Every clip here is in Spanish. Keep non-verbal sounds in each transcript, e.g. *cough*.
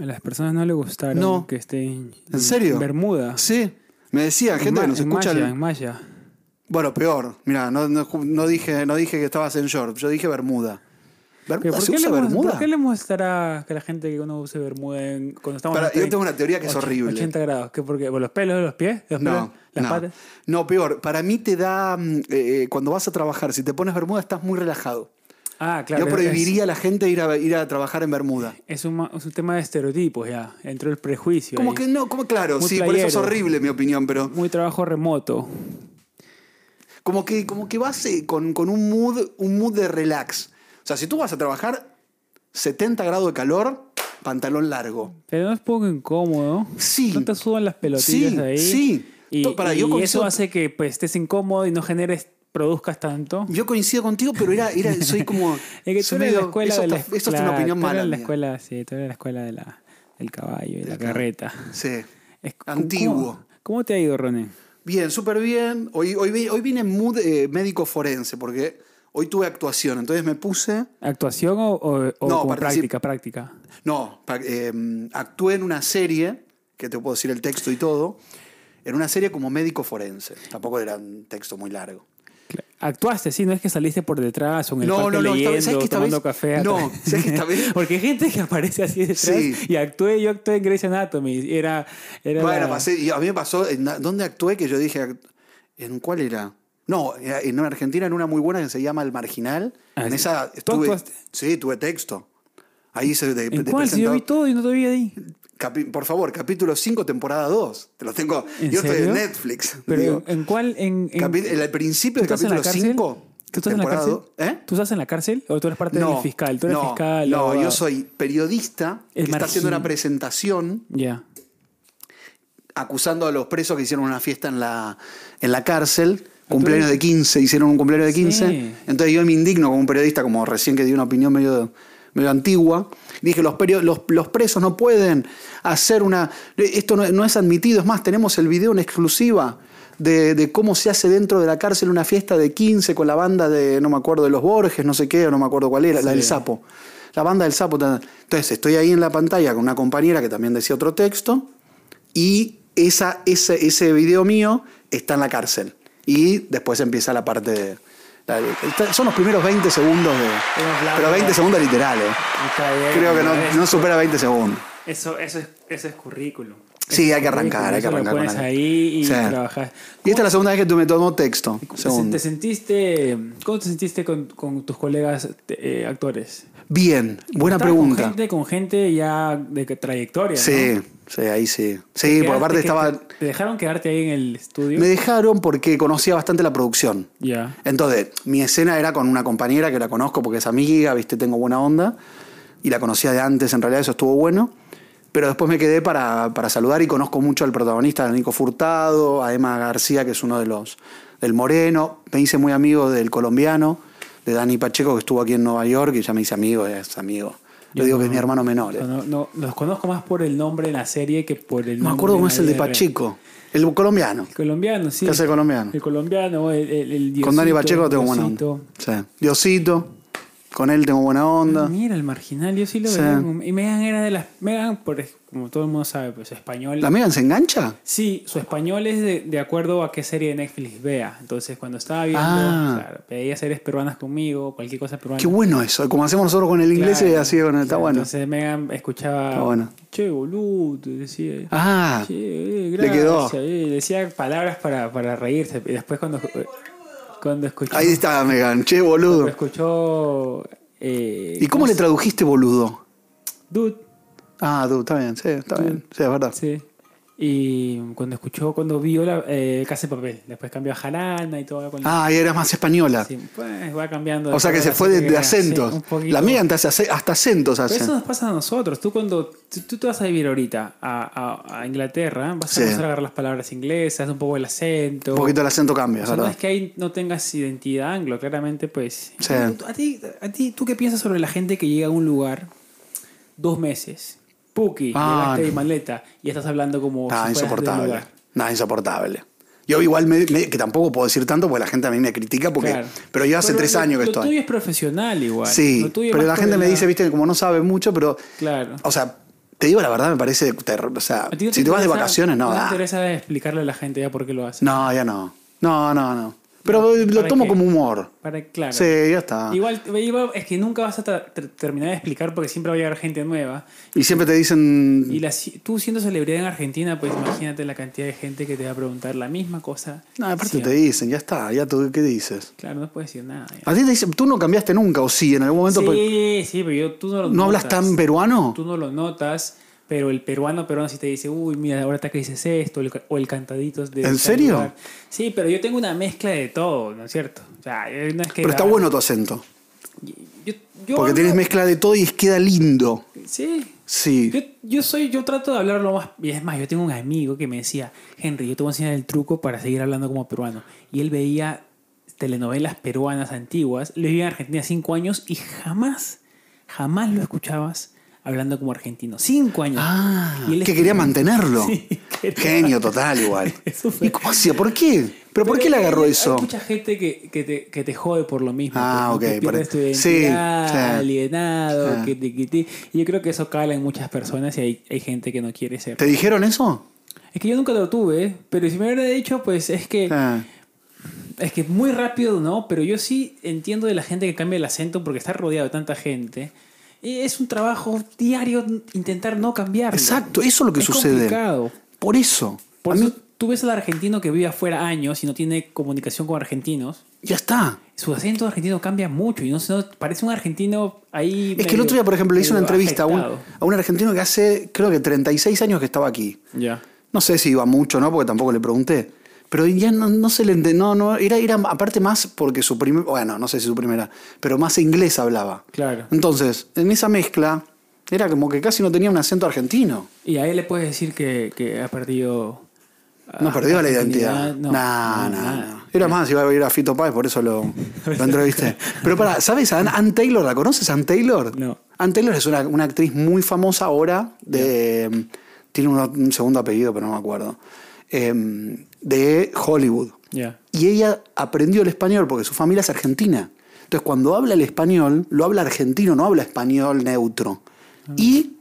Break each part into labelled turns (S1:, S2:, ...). S1: A las personas no le gustaron
S2: No.
S1: que esté en,
S2: ¿En serio?
S1: Bermuda.
S2: ¿Ah, Sí, me decía gente que
S1: en,
S2: nos
S1: Ma- en
S2: escucha.
S1: Maya, en Maya.
S2: Bueno, peor. Mira, no, no- no dije, no dije que estabas en short, yo dije Bermuda.
S1: Pero
S2: ¿Bermuda?
S1: ¿Por
S2: ¿Se
S1: qué, le,
S2: usa
S1: mos-
S2: Bermuda?
S1: ¿Por qué le mostrará que la gente que uno use bermuda en- cuando estamos
S2: Para-
S1: en
S2: yo tengo una teoría que es
S1: 80
S2: horrible.
S1: 80 grados. ¿Qué, ¿Por qué? ¿Por los pelos de los pies? ¿Los
S2: No,
S1: pelos? ¿Las
S2: no.
S1: patas?
S2: No, peor. Para mí te da, mm, eh, cuando vas a trabajar, si te pones Bermuda estás muy relajado.
S1: Ah, claro.
S2: Yo
S1: es-
S2: prohibiría a la gente ir a, ir a trabajar en Bermuda.
S1: Es, es un, ma- es un tema de estereotipos ya. Entró el prejuicio.
S2: Como
S1: ahí.
S2: que no, como claro,
S1: Muy
S2: sí, por eso es
S1: playero.
S2: horrible mi opinión, pero
S1: Muy trabajo remoto.
S2: como que, como que vas eh, con, con un mood, un mood de relax. O sea, si tú vas a trabajar 70 grados de calor, pantalón largo.
S1: Pero no es poco incómodo.
S2: Sí.
S1: No te sudan las pelotillas
S2: Sí,
S1: ahí.
S2: sí.
S1: Y,
S2: To- para,
S1: y
S2: yo
S1: eso
S2: coincido-
S1: hace que pues, estés incómodo y no generes, produzcas tanto.
S2: Yo coincido contigo, pero era, era, soy como.
S1: *laughs* Es que tú
S2: soy
S1: eres de la
S2: medio-
S1: escuela
S2: eso
S1: de la
S2: está- eso es
S1: claro,
S2: una
S1: tú eres
S2: opinión mala.
S1: de la
S2: mía.
S1: escuela, sí, tú eres de la escuela de la- del caballo y la
S2: ca-
S1: carreta.
S2: Sí.
S1: Es c-
S2: Antiguo.
S1: ¿cómo, cómo te ha ido, Ronen?
S2: Bien, súper bien. Hoy, hoy, vi- hoy vine en mood eh, médico forense, porque hoy tuve actuación, entonces me puse.
S1: ¿Actuación o, o- o
S2: No,
S1: como
S2: particip-
S1: práctica? Práctica.
S2: No, pa- eh, actué en una serie, que te puedo decir el texto y todo, en una serie como médico forense. Tampoco era un texto muy largo.
S1: Cla- Actuaste, sí, no es que saliste por detrás o en el
S2: No,
S1: parque
S2: no, no, esta
S1: leyendo,
S2: vez- ¿sabes que esta
S1: tomando
S2: vez-
S1: café.
S2: no, ¿sabes que esta vez-
S1: *laughs* Porque hay gente que aparece así detrás
S2: Sí.
S1: y actué, yo actué en Grey's Anatomy. y Era, era
S2: Bueno,
S1: la-
S2: pasé, y a mí me pasó, en la- ¿dónde actué? Que yo dije, act- ¿en cuál era? No, era en Argentina, en una muy buena que se llama El Marginal.
S1: Ah,
S2: en
S1: sí.
S2: esa
S1: ¿Tú
S2: estuve,
S1: actuaste?
S2: sí, tuve texto. Ahí hice de,
S1: ¿En
S2: de
S1: cuál? Si yo
S2: presentador.
S1: vi todo y no te vi ahí.
S2: Capi- por favor, capítulo 5, temporada 2. Te lo tengo.
S1: ¿En
S2: yo estoy en
S1: serio?
S2: Netflix.
S1: *laughs* Pero
S2: digo.
S1: ¿en cuál? En, en-
S2: Capi- el, el principio
S1: ¿Tú
S2: del
S1: estás en la
S2: capítulo
S1: cárcel?
S2: 5.
S1: ¿Tú estás en la
S2: temporada
S1: cárcel?
S2: dos- ¿Eh?
S1: ¿Tú estás en la cárcel o tú eres parte del fiscal? ¿Tú eres
S2: no,
S1: fiscal?
S2: no,
S1: abogado?
S2: yo soy periodista
S1: El
S2: que está haciendo
S1: margin-
S2: una presentación
S1: Ya.
S2: acusando a los presos que hicieron una fiesta en la, en la cárcel. Cumpleaños de 15, hicieron un cumpleaños de 15.
S1: Ah, Sí.
S2: Entonces yo me indigno como un periodista, como recién que di una opinión medio, medio antigua. Dije, los, perio- los, los presos no pueden hacer una... Esto no, no es admitido, es más, tenemos el video en exclusiva de, de cómo se hace dentro de la cárcel una fiesta de 15 con la banda de, no me acuerdo, de los Borges, no sé qué, no me acuerdo cuál era, la del
S1: Sí.
S2: sapo. La banda del sapo. ta, ta. Entonces estoy ahí en la pantalla con una compañera que también decía otro texto y esa, ese, ese video mío está en la cárcel. Y después empieza la parte de... la- está- son los primeros 20 segundos de...
S1: Hemos hablado
S2: Pero 20
S1: de-
S2: segundos literales.
S1: Está bien,
S2: Creo que no,
S1: es-
S2: no supera 20 segundos.
S1: Eso, eso, es, eso es currículum.
S2: Sí,
S1: Eso
S2: hay que
S1: es
S2: arrancar, hay que
S1: currículum,
S2: arrancar.
S1: Eso lo pones
S2: con algo.
S1: ahí y
S2: Sí.
S1: trabajas.
S2: Y esta es la segunda vez que tú me tomo texto. Segundo.
S1: ¿Te sentiste, ¿Cómo te sentiste con, con tus colegas eh, actores?
S2: Bien, buena
S1: Estabas Con
S2: pregunta.
S1: gente, con gente ya de que- trayectoria.
S2: Sí,
S1: ¿no?
S2: sí, ahí sí. Sí,
S1: Quedaste
S2: por aparte
S1: que-
S2: estaba...
S1: ¿Te dejaron quedarte ahí en el estudio?
S2: Me dejaron porque conocía bastante la producción.
S1: Ya.
S2: Entonces, mi escena era con una compañera que la conozco porque es amiga, viste, tengo buena onda. Y la conocía de antes, en realidad eso estuvo bueno. Pero después me quedé para, para saludar y conozco mucho al protagonista, a Nico Furtado, a Emma García, que es uno de los del Moreno. Me hice muy amigo del colombiano, de Dani Pacheco, que estuvo aquí en Nueva York, y ya me hice amigo, es amigo. Yo
S1: Yo
S2: digo que
S1: no-
S2: es mi hermano menor.
S1: O
S2: eh.
S1: sea, no, no, los conozco más por el nombre en la serie que por el
S2: No me
S1: nombre
S2: acuerdo
S1: en
S2: cómo
S1: la
S2: es el de
S1: vida real.
S2: Pacheco, el colombiano.
S1: El colombiano, sí.
S2: ¿Qué hace el colombiano?
S1: El colombiano, el, el, el
S2: Con Dani
S1: Diosito,
S2: Pacheco tengo buena
S1: Diosito.
S2: onda. Sí. Diosito, con él tengo buena onda.
S1: Mira, el marginal, yo sí lo
S2: Sí.
S1: veía. como- Y Megan era de las. Megan, por, ej- como todo el mundo sabe, pues español.
S2: ¿La Megan se engancha?
S1: Sí, su español es de, de acuerdo a qué serie de Netflix vea. Entonces, cuando estaba viendo,
S2: Ah.
S1: claro, veía series peruanas conmigo, cualquier cosa peruana.
S2: Qué bueno eso, como hacemos nosotros con el inglés y
S1: Claro.
S2: así con el- está
S1: Claro,
S2: bueno.
S1: Entonces, Megan escuchaba.
S2: Está bueno.
S1: Che, boludo, decía.
S2: Ah,
S1: Che, eh,
S2: Le quedó.
S1: gracias", eh, decía palabras para, para reírse. Y después, cuando, cuando escuchó.
S2: ahí está Megan, che boludo.
S1: cuando escuchó. eh,
S2: ¿Y cómo le tradujiste boludo?
S1: Dude.
S2: Ah, tú, está bien, sí, está bien, sí, es verdad.
S1: Sí. Y cuando escuchó, cuando vio la eh, Casa de Papel, después cambió a Jarana y todo. Con
S2: Ah, y eras más española.
S1: Sí, pues va cambiando. de
S2: O sea que
S1: color,
S2: se
S1: así
S2: fue de, de
S1: que, sí,
S2: acentos.
S1: un poquito.
S2: La Megan te hace ace- hasta acentos
S1: Pero
S2: hace.
S1: eso nos pasa a nosotros. Tú cuando tú, tú te vas a vivir ahorita a, a- a Inglaterra, vas
S2: Sí.
S1: a empezar a agarrar las palabras inglesas, un poco el acento.
S2: Un poquito el acento cambia,
S1: O
S2: es
S1: sea, no
S2: ¿verdad?
S1: es que ahí no tengas identidad anglo, claramente pues...
S2: Sí.
S1: ¿Tú- ¿A ti, a ti, ¿tú qué piensas sobre la gente que llega a un lugar dos meses? Puki,
S2: Ah,
S1: llegaste de
S2: no.
S1: maleta y estás hablando como...
S2: Nada,
S1: si fueras de un
S2: insoportable.
S1: lugar.
S2: Nada, insoportable. Yo igual, me- me- que tampoco puedo decir tanto porque la gente a mí me critica, porque,
S1: Claro.
S2: pero yo hace tres
S1: lo-
S2: años que
S1: lo
S2: estoy.
S1: tuyo es profesional igual.
S2: Sí,
S1: Lo tuyo
S2: pero
S1: vas
S2: la
S1: por
S2: gente
S1: el
S2: me
S1: lado-
S2: dice, viste, como no sabe mucho, pero
S1: Claro.
S2: O sea, Te digo la verdad, me parece. ter- o sea,
S1: ¿A ti
S2: si
S1: no
S2: te vas de
S1: interesa-
S2: vacaciones, no. ah.
S1: ¿No te
S2: da.
S1: interesa explicarle a la gente ya por qué lo hace?
S2: No, ya no. No, no, no. Pero eh, lo
S1: ¿para
S2: tomo
S1: qué?
S2: como humor.
S1: Para, claro.
S2: Sí, ya está.
S1: Igual, igual es que nunca vas a tra- ter- terminar de explicar porque siempre va a llegar gente nueva.
S2: Y siempre te dicen.
S1: Y la, ci- tú siendo celebridad en Argentina, pues imagínate la cantidad de gente que te va a preguntar la misma cosa.
S2: No, aparte
S1: siempre.
S2: te dicen, ya está, ya tú, ¿qué dices?
S1: Claro, no puedes decir nada. ya.
S2: A ti te dicen, tú no cambiaste nunca, o sí, en algún momento. pero-
S1: Sí, sí, pero yo, tú no lo
S2: ¿No hablas
S1: notas.
S2: tan peruano?
S1: Tú no lo notas, pero el peruano peruano sí te dice, uy, mira, ahora te que dices esto, el- o el cantadito de...
S2: ¿En
S1: tal
S2: serio?
S1: lugar". Sí, pero yo tengo una mezcla de todo, ¿no es cierto? O sea, eh, no es que
S2: Pero está
S1: la-
S2: bueno tu acento.
S1: Yo- yo
S2: Porque
S1: hablo-
S2: tienes mezcla de todo y queda lindo.
S1: Sí. Yo,
S2: Sí.
S1: yo soy, yo trato de hablar lo más. Y es más, yo tengo un amigo que me decía, Henry, yo te voy a enseñar el truco para seguir hablando como peruano. Y él veía telenovelas peruanas antiguas, lo vivía en Argentina cinco años y jamás, jamás lo escuchabas hablando como argentino. Cinco años.
S2: Ah,
S1: Y él
S2: que
S1: escribía-
S2: quería mantenerlo.
S1: *laughs* Sí, quería-
S2: Genio total
S1: *laughs*
S2: igual.
S1: Eso fue.
S2: ¿Y cómo hacía? ¿Por qué? ¿Pero por qué le agarró
S1: hay-
S2: eso?
S1: Hay mucha gente que, que te, que te jode por lo mismo.
S2: Ah,
S1: pues, ¿no?
S2: ok,
S1: Que pierdes
S2: por-
S1: tu identidad,
S2: sí, sí.
S1: alienado,
S2: Sí.
S1: que ti, que ti. Y yo creo que eso cala en muchas personas y hay, hay gente que no quiere ser.
S2: ¿Te dijeron eso?
S1: Es que yo nunca lo tuve, pero si me hubiera dicho, pues es que
S2: Ah,
S1: es que muy rápido, ¿no? Pero yo sí entiendo de la gente que cambia el acento porque está rodeado de tanta gente. Y es un trabajo diario intentar no cambiar.
S2: Exacto, eso es lo que
S1: es
S2: sucede.
S1: Complicado.
S2: por eso.
S1: Por
S2: A mí-
S1: eso tú ves al argentino que vive afuera años y no tiene comunicación con argentinos.
S2: ya está.
S1: Su acento argentino cambia mucho y no, se- no- parece un argentino ahí.
S2: Es que el otro día, por ejemplo, le hice una entrevista a un, a un argentino que hace, creo que 36 años que estaba aquí.
S1: Ya.
S2: No sé si iba mucho, ¿no? Porque tampoco le pregunté. Pero ya no, no se le entendió. No, no, era, era aparte más porque su primera. Bueno, no sé si su primera. Pero más inglés hablaba.
S1: Claro.
S2: Entonces, en esa mezcla, era como que casi no tenía un acento argentino.
S1: Y a él le puedes decir que, que ha perdido.
S2: No
S1: ah,
S2: perdió la
S1: identidad.
S2: identidad.
S1: No,
S2: No,
S1: no,
S2: no,
S1: nada.
S2: no. Era más, iba a ir a Fito Páez, por eso lo,
S1: *laughs*
S2: lo entrevisté. Pero para, ¿sabes? a Ann, Ann Taylor, ¿la conoces, Ann Taylor?
S1: No.
S2: Ann Taylor es una, una actriz muy famosa ahora. De, em, Tiene un, un segundo apellido, pero no me acuerdo. em, de Hollywood.
S1: Ya.
S2: Y ella aprendió el español porque su familia es argentina. Entonces, cuando habla el español, lo habla argentino, no habla español neutro. Y.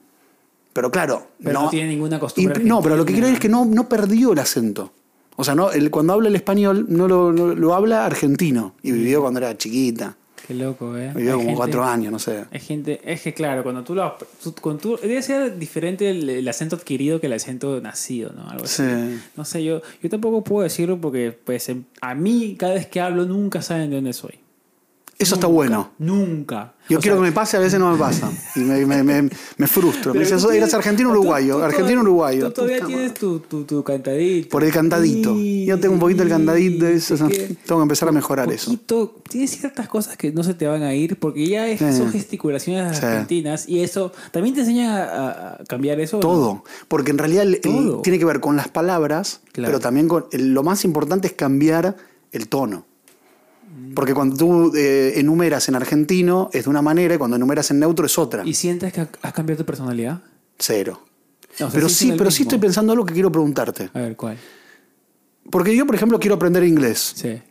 S2: Pero claro.
S1: Ah. Pero no tiene ninguna costumbre
S2: y- no, pero lo que quiero
S1: argentina.
S2: decir es que no, no perdió el acento. O sea, no, el- cuando habla el español, no lo, no- lo habla argentino. Y vivió cuando era chiquita.
S1: Qué loco, ¿eh?
S2: Vivió
S1: Hay
S2: como
S1: gente-
S2: cuatro años, no sé.
S1: Hay gente. Es que, claro, cuando tú lo. tú- cuando tú- debe ser diferente el, el acento adquirido que el acento nacido, ¿no? Algo así.
S2: Sí.
S1: No sé, yo, yo tampoco puedo decirlo porque, pues, em- a mí, cada vez que hablo, nunca saben de dónde soy.
S2: Eso está bueno.
S1: Nunca.
S2: Yo
S1: O
S2: quiero
S1: sea,
S2: que me pase, a veces no me pasa. Y me, me- me- me frustro.
S1: *laughs* pero
S2: Me dicen,
S1: tú tienes-
S2: eres argentino
S1: tú-
S2: uruguayo.
S1: tú todavía-
S2: argentino uruguayo.
S1: Tú todavía
S2: Puta madre.
S1: tienes tu, tu, tu cantadito.
S2: Por el cantadito. Yo tengo un poquito el cantadito. eso, eso. Tengo que empezar a mejorar eso.
S1: poquito, tienes ciertas cosas que no se te van a ir porque ya es-
S2: Sí.
S1: son gesticulaciones
S2: Sí.
S1: argentinas y eso también te enseña a, a cambiar eso. o no?
S2: Todo. Porque en realidad el- el-
S1: Todo.
S2: tiene que ver con las palabras,
S1: Claro.
S2: pero también con. el- lo más importante es cambiar el tono. Porque cuando tú eh, enumeras en argentino es de una manera y cuando enumeras en neutro es otra.
S1: ¿Y sientes que has cambiado tu personalidad?
S2: Cero.
S1: No, o sea,
S2: pero
S1: sigues
S2: sí,
S1: siendo el
S2: pero sí
S1: mismo.
S2: estoy pensando algo que quiero preguntarte.
S1: A ver, ¿cuál?
S2: Porque yo, por ejemplo, quiero aprender inglés.
S1: Sí,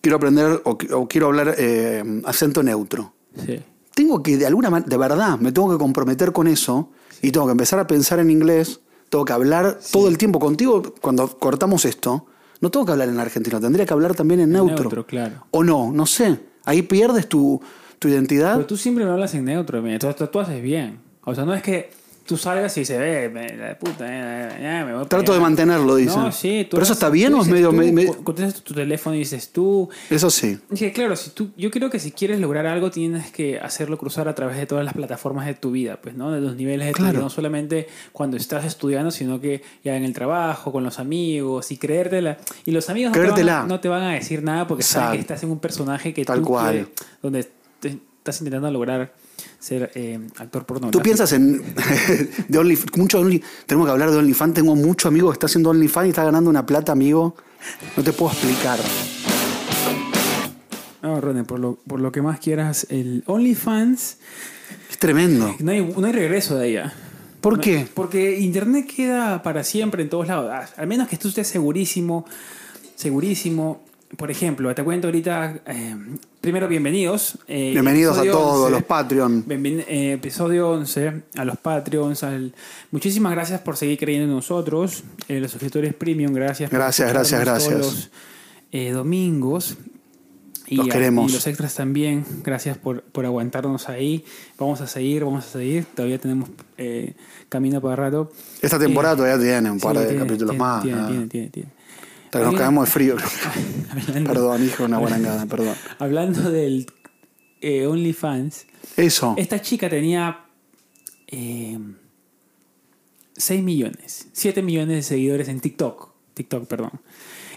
S2: Quiero aprender o, qui- o quiero hablar eh, acento neutro.
S1: sí.
S2: tengo que de alguna manera, de verdad, me tengo que comprometer con eso y tengo que empezar a pensar en inglés, tengo que hablar todo el tiempo contigo cuando cortamos esto. No tengo que hablar en argentino, tendría que hablar también en neutro.
S1: neutro, claro.
S2: O no, no sé. Ahí pierdes tu, tu identidad.
S1: Pero tú siempre me hablas en neutro, mira, tú, tú- tú haces bien. O sea, no es que tú salgas y se ve, me, la puta, eh, eh, me voy para
S2: Trato de
S1: allá".
S2: mantenerlo, dicen.
S1: No, sí, tú
S2: ¿Pero eso
S1: haces-
S2: está bien
S1: tú
S2: o es
S1: dices
S2: medio.?
S1: tú,
S2: me- me-
S1: co- Contestas tu teléfono y dices tú.
S2: Eso sí.
S1: Dije, claro, si tú, yo creo que si quieres lograr algo tienes que hacerlo cruzar a través de todas las plataformas de tu vida, pues, ¿no? De los niveles de tu
S2: Claro.
S1: vida, no solamente cuando estás estudiando, sino que ya en el trabajo, con los amigos y creértela. Y los amigos no te, van
S2: Creértela.
S1: a, no te van a decir nada porque saben que
S2: Exacto.
S1: estás en un personaje que
S2: Tal
S1: tú
S2: cual.
S1: quieres- donde te- estás intentando lograr ser eh, actor pornográfico.
S2: Tú piensas en. *laughs* de Only, mucho Only- tenemos que hablar de OnlyFans. Tengo mucho amigo que está haciendo OnlyFans y está ganando una plata, amigo. No te puedo explicar.
S1: No, René, por lo, por lo que más quieras, el OnlyFans,
S2: Es tremendo.
S1: no hay, no hay regreso de ella.
S2: ¿Por
S1: No,
S2: qué?
S1: Porque Internet queda para siempre en todos lados. A- Al menos que tú estés segurísimo, segurísimo por ejemplo, te cuento ahorita, eh, primero bienvenidos. eh,
S2: Bienvenidos a
S1: episodio
S2: todos
S1: 11.
S2: los Patreon.
S1: Bienven- eh, episodio 11, a los Patreons. al- Muchísimas gracias por seguir creyendo en nosotros. Eh, los suscriptores premium, gracias. por
S2: Gracias, gracias,
S1: escucharnos todos
S2: gracias.
S1: los, eh, domingos. Y,
S2: Los
S1: a-
S2: queremos.
S1: y los extras también, gracias por, por aguantarnos ahí. Vamos a seguir, vamos a seguir. Todavía tenemos eh, camino para rato.
S2: Esta temporada
S1: Eh,
S2: todavía tiene un
S1: sí,
S2: par de
S1: tiene,
S2: capítulos
S1: tiene,
S2: más.
S1: Tiene,
S2: nada.
S1: tiene, tiene, tiene.
S2: Hasta que nos
S1: Había-
S2: cagamos de frío.
S1: *laughs* Hablando-
S2: perdón, hijo, una buena engada, perdón.
S1: Hablando del eh, OnlyFans,
S2: Eso.
S1: esta chica tenía eh, 6 millones, 7 millones de seguidores en TikTok. TikTok, perdón.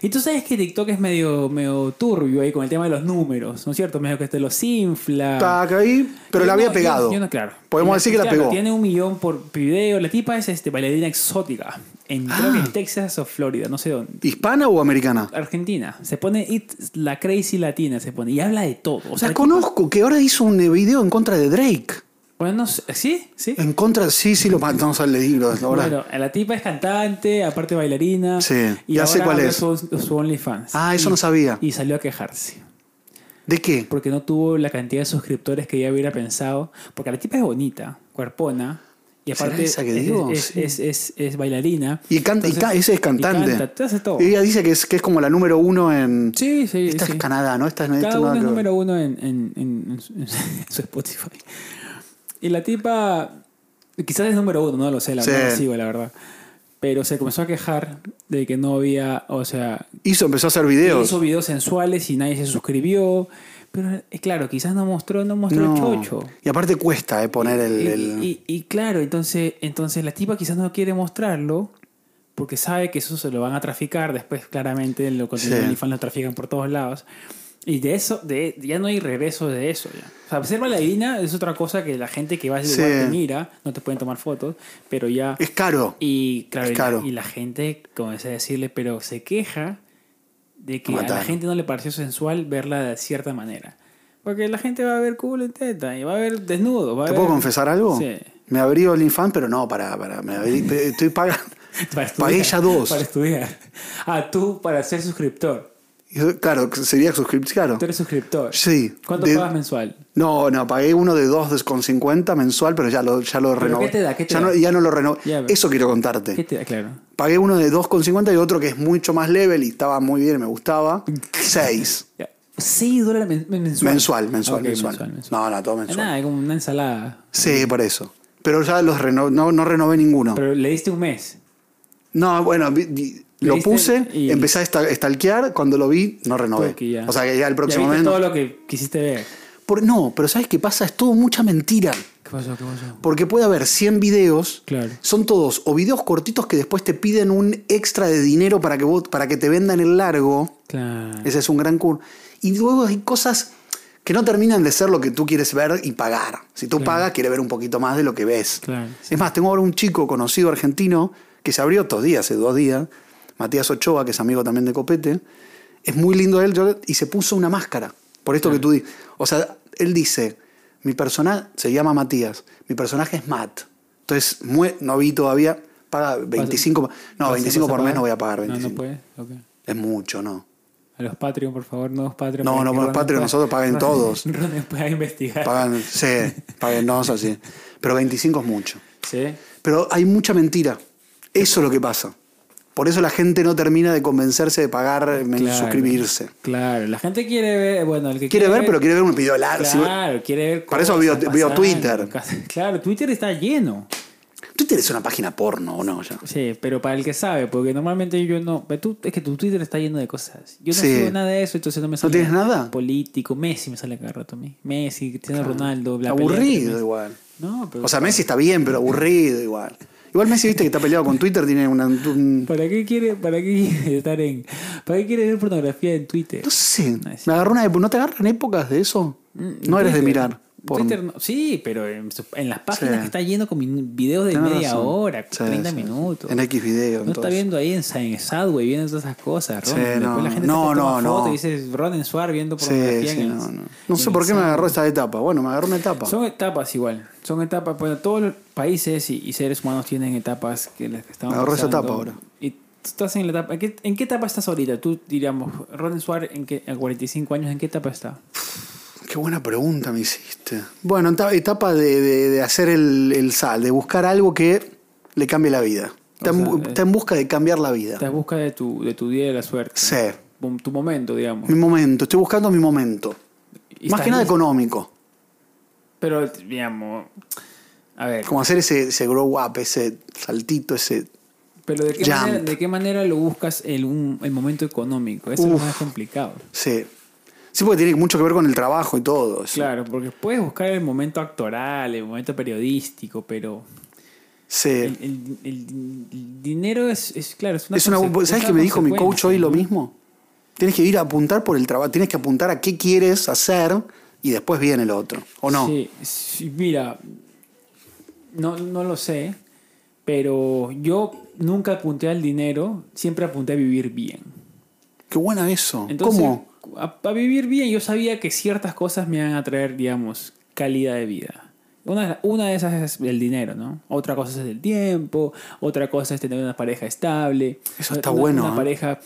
S1: Y tú sabes que TikTok es medio, medio turbio ahí con el tema de los números, ¿no es cierto? Medio que te los infla.
S2: Está ahí, pero
S1: Yo no-
S2: la había
S1: yo-
S2: pegado.
S1: yo no, claro.
S2: Podemos decir que la
S1: claro,
S2: pegó.
S1: Tiene un millón por video. La tipa es este, bailarina exótica. En, creo que
S2: Ah.
S1: en Texas o Florida, no sé dónde.
S2: ¿Hispana o americana?
S1: Argentina. Se pone It's la crazy latina, se pone. Y habla de todo. O sea,
S2: la conozco, que ahora hizo un video en contra de Drake.
S1: Bueno, no sé. ¿Sí? ¿Sí?
S2: En contra, sí, sí, lo matamos al libro. Ahora.
S1: Bueno, la tipa es cantante, aparte bailarina.
S2: Sí,
S1: y
S2: ya
S1: ahora
S2: sé cuál
S1: abrió
S2: es.
S1: Su, su OnlyFans.
S2: ah,
S1: Y-
S2: eso no sabía.
S1: Y salió a quejarse.
S2: ¿De qué?
S1: Porque no tuvo la cantidad de suscriptores que ella hubiera pensado. Porque la tipa es bonita, cuerpona. Y
S2: ¿Será
S1: aparte
S2: esa que
S1: es-
S2: digo?
S1: es,
S2: Sí.
S1: es- es- es bailarina.
S2: Y canta, y
S1: Entonces-
S2: ca- ese es cantante.
S1: Y canta, te hace todo.
S2: Y ella dice que es, que es como la número uno en.
S1: Sí, sí,
S2: Esta
S1: sí.
S2: es Canadá, ¿no? Esta es, este esto
S1: Cada
S2: no
S1: uno
S2: la
S1: es
S2: creo.
S1: número uno en, en- en- en su, en su Spotify. Y la tipa, quizás es número uno, no lo sé, la
S2: Sí.
S1: verdad, no sigo, la verdad. Pero se comenzó a quejar de que no había, o sea,
S2: Hizo, empezó a hacer videos.
S1: hizo videos sensuales y nadie se suscribió. Pero eh, claro, quizás no mostró, no mostró
S2: No.
S1: el chocho.
S2: Y aparte cuesta eh, poner el.
S1: Y,
S2: el-
S1: y- y claro, entonces, entonces la tipa quizás no quiere mostrarlo porque sabe que eso se lo van a traficar. Después, claramente, lo contenido
S2: Sí.
S1: de OnlyFans lo trafican por todos lados. Y de eso, de, ya no hay regreso de eso. Ya. O sea, ser bailarina es otra cosa que la gente que va a
S2: Sí.
S1: te mira, no te pueden tomar fotos, pero ya.
S2: Es caro.
S1: Y claro,
S2: es
S1: y la-
S2: caro.
S1: Y, la, gente comencé a decirle, pero se queja de que
S2: Lo
S1: a la
S2: mataron.
S1: gente no le pareció sensual verla de cierta manera. Porque la gente va a ver culo y teta, y va a ver desnudo. Va a
S2: ¿Te
S1: ver-
S2: puedo confesar algo?
S1: Sí.
S2: Me abrí OnlyFans, pero no, para, para. Me abrí- estoy pagando. *laughs*
S1: *laughs* Para
S2: Pagué ya dos.
S1: Para estudiar. Ah, tú para ser suscriptor.
S2: Yo, Claro, sería suscripción. Claro.
S1: Tú eres suscriptor.
S2: Sí.
S1: ¿Cuánto
S2: De-
S1: pagas mensual?
S2: No, no, pagué uno de dos de- con 50 mensual, pero ya lo, ya lo
S1: ¿Pero
S2: renové.
S1: qué te da? ¿Qué te
S2: ya,
S1: da?
S2: No, ya no lo renové.
S1: Ya, pero-
S2: Eso quiero contarte.
S1: ¿Qué te da? Claro.
S2: Pagué uno de 2,50 y otro que es mucho más level y estaba muy bien,
S1: *laughs*
S2: me gustaba. 6.
S1: Ya. 6 dólares men- men- mensual.
S2: Mensual, mensual,
S1: Ok,
S2: mensual. No, no, todo mensual.
S1: Nada, es como una ensalada.
S2: Sí, por eso. Pero ya los reno- no, no renové ninguno.
S1: Pero le diste un mes.
S2: No, bueno, vi- di- lo
S1: Leíste
S2: puse,
S1: y-
S2: empecé a esta- stalkear, cuando lo vi, no renové.
S1: Tuki, ya.
S2: O sea que ya el próximo
S1: ya
S2: mes...
S1: viste
S2: no-
S1: todo lo que quisiste ver.
S2: Por- no, pero ¿sabes qué pasa? Es todo mucha mentira.
S1: ¿Qué pasó? ¿Qué pasó?
S2: Porque puede haber 100 videos,
S1: Claro.
S2: son todos o videos cortitos que después te piden un extra de dinero para que, vos- para que te vendan el largo.
S1: Claro.
S2: Ese es un gran curso. Y luego hay cosas que no terminan de ser lo que tú quieres ver y pagar. Si tú pagas, quiere ver un poquito más de lo que ves.
S1: Claro,
S2: Es más, tengo ahora un chico conocido argentino que se abrió estos días, hace dos días, Matías Ochoa, que es amigo también de Copete. Es muy lindo él yo- y se puso una máscara. Por esto que tú dices. O sea, él dice, mi personaje se llama Matías, mi personaje es Matt. Entonces, mue- no vi todavía, paga 25... No,
S1: ¿Vas-
S2: 25
S1: vas
S2: por mes no voy a
S1: No,
S2: pagar
S1: No,
S2: 25.
S1: puedes. Ok.
S2: es mucho, ¿no?
S1: A los Patreon, por favor, nuevos Patreon.
S2: No,
S1: para
S2: no,
S1: que
S2: por los
S1: Ronen
S2: Patreon
S1: pueda-
S2: nosotros paguen
S1: Ronen- *laughs*
S2: todos.
S1: Ronen pueda investigar.
S2: Pagan, sí, paguen así. Pero 25 es mucho.
S1: Sí.
S2: Pero hay mucha mentira. Eso es lo que pasa. Por eso la gente no termina de convencerse de pagar, men-
S1: Claro,
S2: suscribirse.
S1: Claro, la gente quiere ver, bueno, el que
S2: Quiere ver, pero quiere ver un video largo. Si vos-
S1: Claro, quiere ver.
S2: Para eso
S1: cosas
S2: veo- veo
S1: pasando.
S2: Twitter.
S1: Claro, Twitter está lleno.
S2: Tú tienes una página porno o no ya.
S1: Sí, pero para el que sabe, porque normalmente yo no. pero Tú, es que tu Twitter está lleno de cosas. Yo no
S2: Sí.
S1: sigo nada de eso, entonces no me sale.
S2: tienes nada?
S1: Político, Messi me sale cada rato a mí. Messi, Cristiano Ronaldo, bla bla, bla.
S2: Aburrido igual.
S1: No, pero.
S2: O sea, Messi está bien, pero aburrido igual. Igual Messi, viste que está peleado con Twitter, tiene una... un-
S1: ¿Para qué quiere, para qué quiere *laughs* estar en. ¿Para qué quiere ver pornografía en Twitter?
S2: No sé,
S1: Nice.
S2: me agarró una... época- ¿No te agarran épocas de eso? No eres de
S1: Mm, Twitter-
S2: mirar. porno.
S1: Twitter no- sí, pero en, su- en las páginas
S2: Sí.
S1: que está lleno con min- videos de
S2: Tenés
S1: media
S2: razón.
S1: hora,
S2: Sí,
S1: 30
S2: sí.
S1: minutos.
S2: En X video.
S1: no está
S2: entonces.
S1: viendo ahí en, Sa- en Sadway, viendo todas esas cosas,
S2: Sí,
S1: Ronen. Después
S2: no,
S1: la gente
S2: no,
S1: se toma
S2: no,
S1: foto
S2: no.
S1: y dice Ronen Suar viendo
S2: Sí,
S1: pornografía
S2: sí,
S1: en el-
S2: no, no. No sé
S1: en
S2: por
S1: el
S2: qué me
S1: Sadway.
S2: agarró esta etapa. Bueno, me agarró una etapa.
S1: Son etapas igual, son etapas, bueno, todos los países y, y seres humanos tienen etapas que les que estaban
S2: Me agarró esa
S1: pasando.
S2: etapa ahora.
S1: Y tú estás en la etapa. ¿En qué, en qué etapa estás ahorita? Tú, diríamos, Ronen Suárez, en qué, a 45 años, ¿en qué etapa está?
S2: Qué buena pregunta me hiciste. Bueno, eta- etapa de, de- de hacer el, el sal, de buscar algo que le cambie la vida. Está,
S1: O
S2: en
S1: sea,
S2: bu-
S1: eh.
S2: está en busca de cambiar la vida.
S1: Estás en busca de tu, de tu día de la suerte.
S2: Sí.
S1: Pum, Tu momento, digamos.
S2: Mi momento, estoy buscando mi momento.
S1: Y
S2: Más
S1: estás
S2: que nada
S1: listo.
S2: económico.
S1: Pero, digamos. A ver.
S2: Como hacer ese, ese grow up, ese saltito, ese.
S1: Pero ¿de qué,
S2: Jump.
S1: manera, de qué manera lo buscas el, un- el momento económico? Eso es lo
S2: Uf.
S1: más complicado.
S2: Sí. Sí, porque tiene mucho que ver con el trabajo y todo. eso.
S1: Claro, porque puedes buscar el momento actoral, el momento periodístico, pero el,
S2: Sí.
S1: el- el dinero es, es- claro, es una,
S2: Es una,
S1: conse-
S2: ¿Sabes
S1: una
S2: que me dijo mi coach
S1: consecuencia,
S2: hoy lo
S1: ¿no?
S2: mismo? Tienes que ir a apuntar por el trabajo, tienes que apuntar a qué quieres hacer y después viene el otro. ¿O no?
S1: Sí, sí, mira, no, no lo sé, pero yo nunca apunté al dinero, siempre apunté a vivir bien.
S2: Qué buena eso.
S1: Entonces,
S2: ¿Cómo?
S1: A, a vivir bien, yo sabía que ciertas cosas me iban a traer, digamos, calidad de vida. Una, una de esas es el dinero, ¿no? Otra cosa es el tiempo, otra cosa es tener una pareja estable.
S2: Eso está
S1: una-
S2: bueno,
S1: Una
S2: ¿eh?
S1: pareja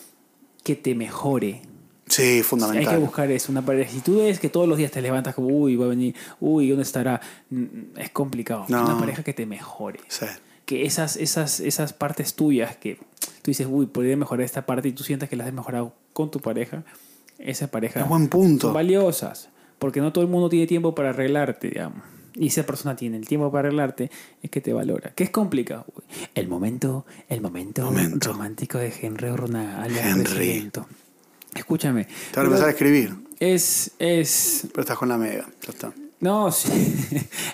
S1: que te mejore.
S2: Sí,
S1: Hay
S2: fundamental.
S1: que buscar eso, una pareja. Si tú ves que todos los días te levantas como, uy, va a venir, uy, ¿dónde estará? Mm, Es complicado.
S2: No.
S1: Una pareja que te mejore.
S2: Sí.
S1: Que esas, esas, esas partes tuyas que tú dices, uy, podría mejorar esta parte y tú sientas que las has mejorado con tu pareja, esa pareja
S2: Es buen punto.
S1: son valiosas. Porque no todo el mundo tiene tiempo para arreglarte, digamos. Y esa persona tiene el tiempo para arreglarte, es que te valora. Que es complicado. Uy, El momento, el momento,
S2: Momento.
S1: romántico de Henry Orna alias
S2: Henry.
S1: Presidento. Escúchame.
S2: Te van a empezar a escribir,
S1: Es, es,
S2: pero estás con la mega. Ya está.
S1: no, sí. *laughs*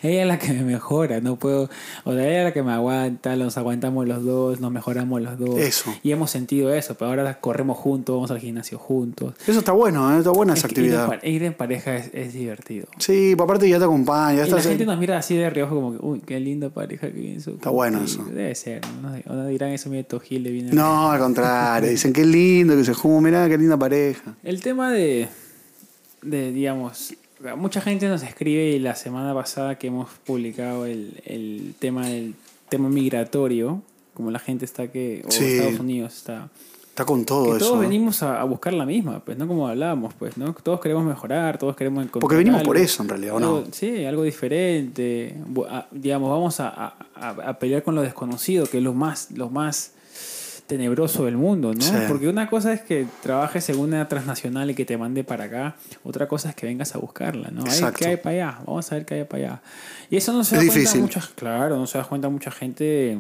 S1: ella es la que me mejora, no puedo, o sea, ella es la que me aguanta, nos aguantamos los dos, nos mejoramos los dos.
S2: Eso.
S1: Y hemos sentido eso, pero ahora corremos juntos, vamos al gimnasio juntos.
S2: Eso está bueno, ¿eh? está buena esa
S1: Es que ir en
S2: actividad.
S1: pa- Ir en pareja es, es divertido.
S2: Sí, pues aparte ya te acompaña, ya
S1: Y la
S2: estás.
S1: gente nos mira así de reojo como que, uy, qué linda pareja que viene su-
S2: Está bueno
S1: Sí,
S2: eso.
S1: Debe ser, no sé, o no dirán eso, mire, Tojil le viene.
S2: No, al contrario, dicen qué lindo que se jume, mirá, qué linda pareja.
S1: El tema de, de, digamos, mucha gente nos escribe y la semana pasada que hemos publicado el, el tema del tema migratorio, como la gente está que, o
S2: Sí.
S1: Estados Unidos está,
S2: Está con todo
S1: que
S2: eso. ¿eh?
S1: todos
S2: ¿no?
S1: venimos a, a buscar la misma, pues, ¿no? Como hablábamos, pues, ¿no? Todos queremos mejorar, todos queremos encontrar
S2: Porque venimos
S1: algo,
S2: por eso en realidad, ¿o no?
S1: algo- Sí, algo diferente, Bu- a- digamos, vamos a, a- a- a pelear con lo desconocido, que es lo más, lo más tenebroso del mundo, ¿no?
S2: Sí.
S1: Porque una cosa es que trabajes en una transnacional y que te mande para acá, otra cosa es que vengas a buscarla, ¿no? Ay,
S2: Exacto.
S1: ¿Qué hay para allá? Vamos a ver qué hay para allá. Y eso no se
S2: Es
S1: da cuenta
S2: difícil.
S1: mucha, claro, no se da cuenta mucha gente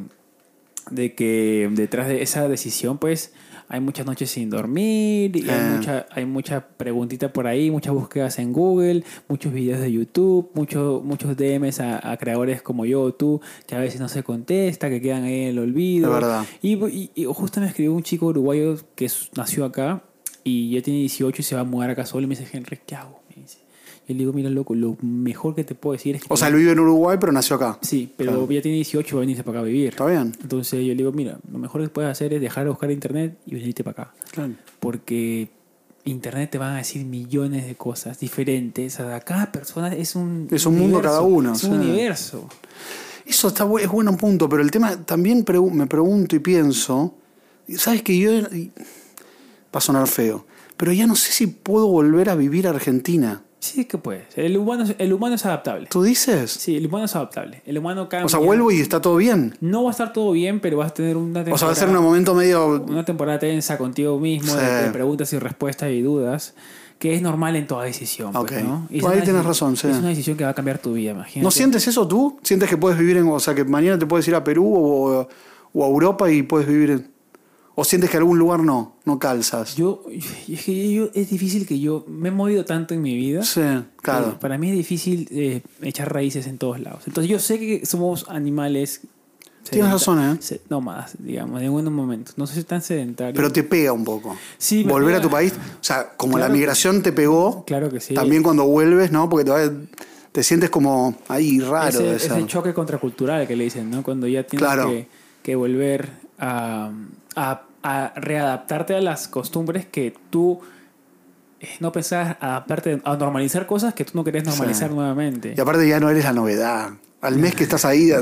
S1: de que detrás de esa decisión, pues, hay muchas noches sin dormir, y hay,
S2: Eh.
S1: mucha, hay mucha preguntita por ahí, muchas búsquedas en Google, muchos videos de YouTube, muchos muchos DMs a, a creadores como yo o tú, que a veces no se contesta, que quedan ahí en el olvido.
S2: Es verdad.
S1: Y, y- y justo me escribió un chico uruguayo que es- nació acá y ya tiene 18 y se va a mudar acá solo y me dice, Henry, ¿qué hago? Me dice. Yo le digo, mira, loco, lo mejor que te puedo decir es que...
S2: O sea, él vive en Uruguay, pero nació acá.
S1: sí, pero
S2: Claro.
S1: ya tiene 18 y va a venirse para acá a vivir.
S2: Está bien.
S1: Entonces yo le digo, mira, lo mejor que puedes hacer es dejar de buscar internet y venirte para acá. Porque internet te van a decir millones de cosas diferentes. O sea, cada persona es un...
S2: Es un mundo cada uno,
S1: Es un
S2: sí.
S1: universo.
S2: Eso está bu- es bueno un punto, pero el tema también pregu- me pregunto y pienso, ¿sabes que yo y- va a sonar feo, pero ya no sé si puedo volver a vivir a Argentina?
S1: Sí que puedes. El humano, es- el humano es adaptable.
S2: ¿Tú dices?
S1: Sí, el humano es adaptable. El humano cambia.
S2: O sea, vuelvo y está todo bien.
S1: No va a estar todo bien, pero vas a tener una temporada,
S2: O sea, va a ser un momento medio
S1: una temporada tensa contigo mismo,
S2: Sí.
S1: de, de preguntas y respuestas y dudas, que es normal en toda decisión. pues,
S2: Ok.
S1: ¿no? Y es
S2: Por ahí
S1: una
S2: tienes
S1: deci-
S2: razón, sí.
S1: Es una decisión que va a cambiar tu vida, imagínate.
S2: ¿No sientes eso tú? ¿Sientes que puedes vivir en, o sea, que mañana te puedes ir a Perú o, o a Europa y puedes vivir en... ¿O sientes que algún lugar no, no calzas?
S1: Yo, *laughs* es, que yo- es difícil que yo me he movido tanto en mi vida.
S2: sí,
S1: que
S2: claro.
S1: Para mí es difícil eh, echar raíces en todos lados. Entonces yo sé que somos animales... sedenta-
S2: razón, ¿eh?
S1: se- Nómadas, digamos, en algunos momentos. No soy tan sedentario.
S2: Pero te pega un poco.
S1: Sí, me
S2: Volver a
S1: pega.
S2: tu país, o sea, como
S1: Claro
S2: la
S1: que-
S2: migración te pegó,
S1: Claro que sí.
S2: también cuando vuelves, ¿no? Porque todavía te sientes como ahí raro.
S1: ese,
S2: de ser.
S1: ese choque contracultural que le dicen, ¿no? Cuando ya tienes
S2: Claro.
S1: que, que volver a, a- a readaptarte a las costumbres que tú eh, no pensabas adaptarte a normalizar cosas que tú no querías normalizar
S2: Sí.
S1: nuevamente.
S2: Y aparte ya no eres la novedad. Al mes que
S1: *laughs*
S2: estás ahí, nah,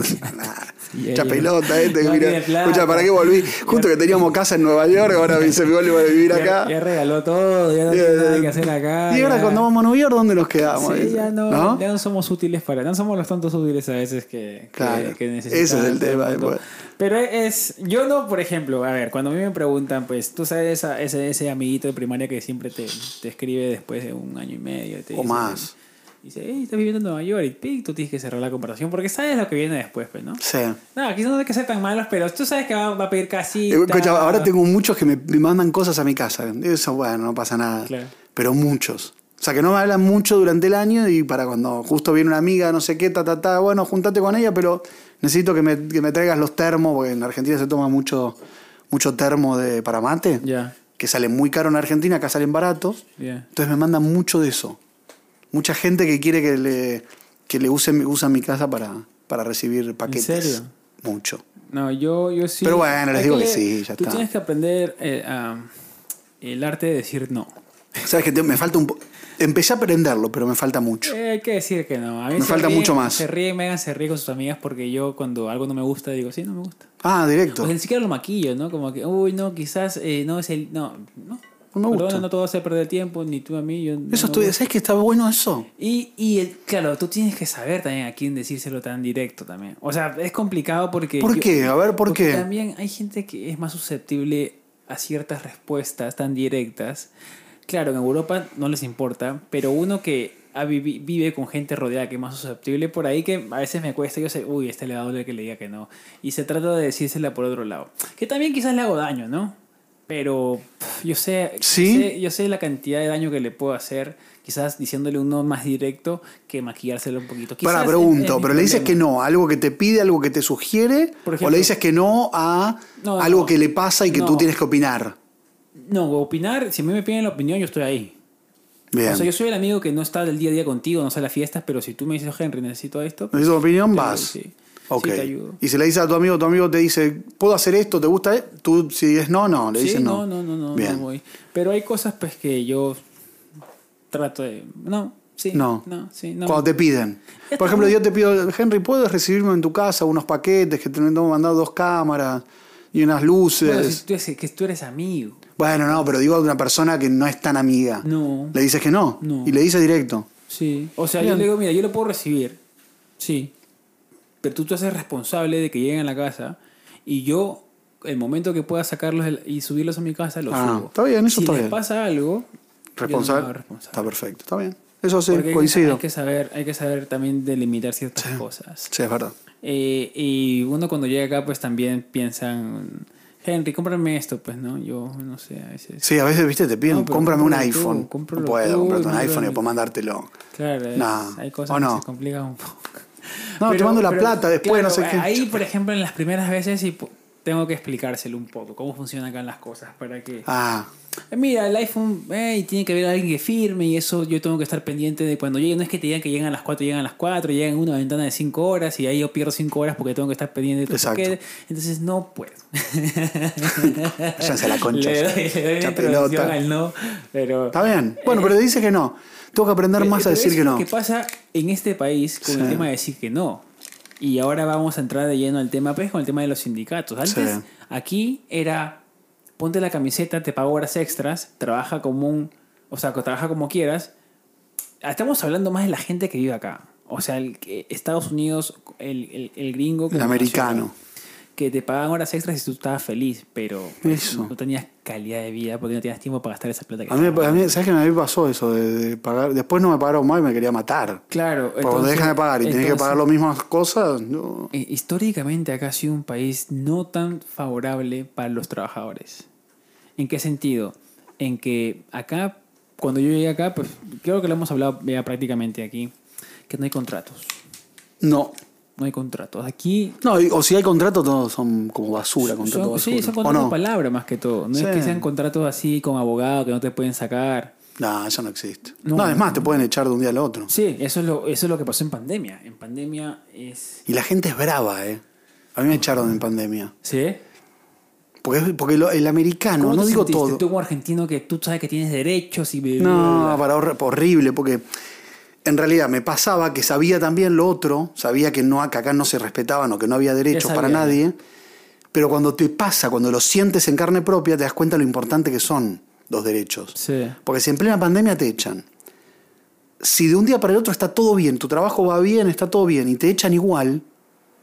S1: Y ahí- *laughs*
S2: mucha pelota, eh, te
S1: No
S2: mira,
S1: tiene plata.
S2: escucha, ¿para qué volví? Justo que teníamos casa en Nueva York, ahora se me vuelve a vivir
S1: *laughs*
S2: acá.
S1: Ya, ya regaló todo, ya no tiene nada que hacer acá.
S2: Y ahora
S1: ya-
S2: cuando vamos a Nueva York, ¿dónde nos quedamos?
S1: Sí, ya no,
S2: ¿No?
S1: ya no somos útiles para. No somos los tantos útiles a veces que, que-
S2: Claro,
S1: que
S2: ese es
S1: necesitamos.
S2: el tema,
S1: tanto.
S2: pues.
S1: Pero es. Yo no, por ejemplo, a ver, cuando a mí me preguntan, pues tú sabes esa- ese, ese amiguito de primaria que siempre te, te escribe después de un año y medio. te
S2: O
S1: dice-
S2: más.
S1: Dice, hey, estás viviendo en Nueva York y pic, tú tienes que cerrar la conversación porque sabes lo que viene después, pues, ¿no?
S2: Sí.
S1: No, quizás no hay que ser tan malos, pero tú sabes que va, va a pedir
S2: Eh,
S1: casi.
S2: escucha, ahora tengo muchos que me, me mandan cosas a mi casa. Eso, bueno, no pasa nada.
S1: Claro.
S2: Pero muchos. O sea, que no me hablan mucho durante el año y para cuando justo viene una amiga, no sé qué, ta, ta, ta, bueno, juntate con ella, pero necesito que me, que me traigas los termos, porque en Argentina se toma mucho, mucho termo de, para mate,
S1: Ya,
S2: que sale muy caro en Argentina, acá salen baratos.
S1: ya.
S2: Entonces me mandan mucho de eso. Mucha gente que quiere que le, que le use, usa mi casa para, para recibir paquetes.
S1: serio?
S2: Mucho.
S1: No, yo, yo sí.
S2: Pero bueno, les
S1: Hay
S2: digo que
S1: leer-
S2: sí, ya
S1: tú
S2: está.
S1: tienes que aprender eh, a- el arte de decir no.
S2: Sabes que te- me falta un po- empecé a aprenderlo, pero me falta mucho.
S1: Eh, hay que decir que no. A mí
S2: Me
S1: se
S2: falta
S1: ríen-
S2: mucho más.
S1: Se ríe Megan, se ríe con sus amigas porque yo cuando algo no me gusta digo, sí, no me gusta.
S2: Ah, directo.
S1: O sea, ni siquiera lo maquillo, ¿no? Como que, uy, no, quizás eh, no es el. No, no.
S2: No me gusta.
S1: Perdona, no todo hace perder tiempo, ni tú a mí. Yo, no
S2: Eso
S1: me
S2: estoy,
S1: gusta.
S2: ¿sabes que está bueno eso?
S1: Y, y el- claro, tú tienes que saber también a quién decírselo tan directo también. O sea, es complicado porque...
S2: ¿Por qué? A ver, ¿por
S1: porque
S2: qué?
S1: También hay gente que es más susceptible a ciertas respuestas tan directas. Claro, en Europa no les importa, pero uno que ha vivi- vive con gente rodeada que es más susceptible, por ahí que a veces me cuesta, yo sé, uy, este le va a doler que le diga que no. Y se trata de decírsela por otro lado. Que también quizás le hago daño, ¿no? Pero pff, yo sé,
S2: ¿Sí?
S1: yo sé yo sé la cantidad de daño que le puedo hacer, quizás diciéndole uno más directo que maquillárselo un poquito. Quizás
S2: Para,
S1: es- es
S2: pregunto,
S1: mi
S2: pero le dices que
S1: problema.
S2: no, a algo que te pide, algo que te sugiere,
S1: Por
S2: o
S1: ejemplo.
S2: le dices que no a
S1: No,
S2: algo
S1: no.
S2: que le pasa y que tú
S1: No.
S2: tienes que opinar.
S1: No, opinar, si a mí me piden la opinión, yo estoy ahí.
S2: Bien.
S1: O sea, yo soy el amigo que no está del día a día contigo, no sale a fiestas, pero si tú me dices, "Oh, Henry, necesito esto.
S2: ¿Necesitas opinión? Vas.
S1: Sí, sí.
S2: Ok.
S1: Sí, te ayudo.
S2: Y si le dices a tu amigo, tu amigo te dice, ¿puedo hacer esto? ¿Te gusta? eh?", Tú, si es no, no, le
S1: Sí,
S2: dices no.
S1: no, no, no, no,
S2: Bien.
S1: no voy. Pero hay cosas pues que yo trato de... No, sí,
S2: No.
S1: no, sí, no.
S2: Cuando te piden. Por ejemplo, yo te pido, Henry, ¿puedes recibirme en tu casa unos paquetes que te hemos mandado dos cámaras y unas luces?
S1: Bueno,
S2: Bueno,
S1: si tú eres, que tú eres amigo.
S2: no, pero digo a una persona que no es tan amiga.
S1: No.
S2: Le dices que no.
S1: No.
S2: Y le dices directo.
S1: Sí. O sea,
S2: Bien.
S1: yo le digo, mira, yo lo puedo recibir. Sí. Pero tú te haces responsable de que lleguen a la casa y yo, el momento que pueda sacarlos del- y subirlos a mi casa, los
S2: Ah,
S1: subo.
S2: está bien, eso
S1: si
S2: está
S1: les
S2: bien.
S1: pasa algo, yo no me
S2: Responsable.
S1: hago responsable.
S2: Está perfecto, está bien. Eso sí,
S1: Porque hay que-
S2: coincido.
S1: Hay que, saber, hay que saber también delimitar ciertas cosas.
S2: Sí, es verdad.
S1: Eh, y uno cuando llega acá, pues también piensan, Henry, cómprame esto, pues, ¿no? Yo no sé, a veces.
S2: Sí, a veces, viste, te piden,
S1: No, pero
S2: cómprame un
S1: cómpralo tú,
S2: iPhone.
S1: cómpralo
S2: no puedo
S1: tú,
S2: comprarte un
S1: mándalo
S2: iPhone y
S1: a
S2: después mandártelo.
S1: Claro, es-
S2: Nah.
S1: hay
S2: ¿O
S1: cosas
S2: no?
S1: que se complican un poco.
S2: No, te mando la plata después, no sé qué.
S1: Ahí, por ejemplo, en las primeras veces sí po- tengo que explicárselo un poco, cómo funcionan acá las cosas, para que... *laughs*
S2: Ah,
S1: Eh, Mira, el iPhone, eh, y tiene que haber alguien que firme y eso yo tengo que estar pendiente de cuando llegue. No es que te digan que llegan a las 4, llegan a las 4, llegan a una ventana de 5 horas y ahí yo pierdo 5 horas porque tengo que estar pendiente de tu
S2: Exacto.
S1: paquete. Entonces no puedo.
S2: váyanse
S1: *laughs*
S2: a la concha.
S1: le doy, le doy una
S2: Mucha
S1: introducción
S2: pelota.
S1: al no, pero...
S2: Está bien. Bueno, pero le dices que no. Tengo que aprender más a
S1: Eh, Pero
S2: decir
S1: es
S2: que
S1: lo
S2: no.
S1: que pasa en este país con
S2: Sí.
S1: el tema de decir que no? Y ahora vamos a entrar de lleno al tema, pues, con el tema de los sindicatos. Antes,
S2: Sí.
S1: aquí era, ponte la camiseta, te pago horas extras, trabaja como un, o sea, que trabaja como quieras. Estamos hablando más de la gente que vive acá. O sea, el, que- Estados Unidos, el, el- el gringo.
S2: El
S1: como
S2: americano.
S1: que te pagaban horas extras y tú estabas feliz, pero pues,
S2: Eso.
S1: no tenías calidad de vida porque no tenías tiempo para gastar esa plata. que
S2: A mí,
S1: te pagaban.
S2: a mí- ¿sabes que a mí me pasó eso? De, de pagar. Después no me pagaron más y me quería matar.
S1: Claro.
S2: Porque cuando dejan de Pues, pagar y tenés que pagar
S1: los
S2: las mismas cosas, no.
S1: Eh, históricamente acá ha sido un país no tan favorable para los trabajadores. ¿En qué sentido? En que acá, cuando yo llegué acá, pues creo que lo hemos hablado ya prácticamente aquí, que no hay contratos.
S2: No.
S1: No hay contratos. Aquí
S2: No, y- o si hay contrato, todos son como basura, contrato
S1: son,
S2: basura.
S1: sí, son
S2: ¿O
S1: contratos
S2: no?
S1: de palabra más que todo. No
S2: Sí.
S1: es que sean contratos así con abogado que no te pueden sacar.
S2: No, eso no existe. No,
S1: No.
S2: es más, te pueden echar de un día al otro.
S1: Sí, eso es lo, eso es lo que pasó en pandemia. En pandemia es...
S2: Y la gente es brava, ¿eh? A mí me echaron en pandemia.
S1: ¿Sí?
S2: Porque, es- porque lo- el americano,
S1: ¿Cómo
S2: no
S1: te
S2: digo
S1: sentiste?
S2: todo.
S1: Tú como argentino que tú sabes que tienes derechos y...
S2: No, para horri- horrible, porque en realidad me pasaba que sabía también lo otro, sabía que, no, que acá no se respetaban o que no había derechos
S1: Ya
S2: para
S1: sabía.
S2: nadie, pero cuando te pasa, cuando lo sientes en carne propia, te das cuenta lo importante que son los derechos.
S1: Sí.
S2: Porque si en plena pandemia te echan, si de un día para el otro está todo bien, tu trabajo va bien, está todo bien, y te echan igual,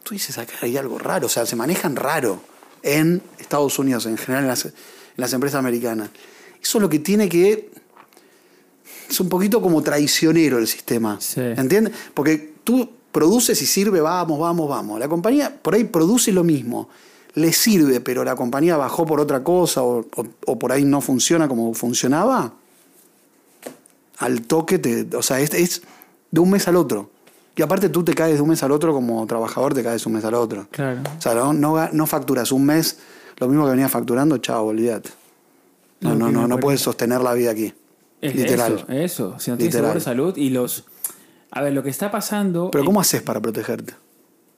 S2: tú dices, acá hay algo raro, o sea, se manejan raro en Estados Unidos, en general en las, en las empresas americanas. Eso es lo que tiene que... Es un poquito como traicionero el sistema.
S1: Sí.
S2: ¿Entiendes? Porque tú produces y sirve, vamos, vamos, vamos. La compañía por ahí produce lo mismo. Le sirve, pero la compañía bajó por otra cosa o, o- o por ahí no funciona como funcionaba al toque, te, o sea, es, es de un mes al otro. Y aparte tú te caes de un mes al otro como trabajador, te caes de un mes al otro.
S1: Claro.
S2: O sea, no, no, ga- no facturas un mes lo mismo que venías facturando, chao, olvídate. No,
S1: Lo
S2: no,
S1: que
S2: no,
S1: me
S2: no
S1: parece.
S2: puedes sostener la vida aquí.
S1: Es
S2: Literal.
S1: Eso, eso. Si no tienes seguro
S2: Literal.
S1: de salud y los. A ver, lo que está pasando.
S2: Pero
S1: es
S2: ¿cómo haces para protegerte?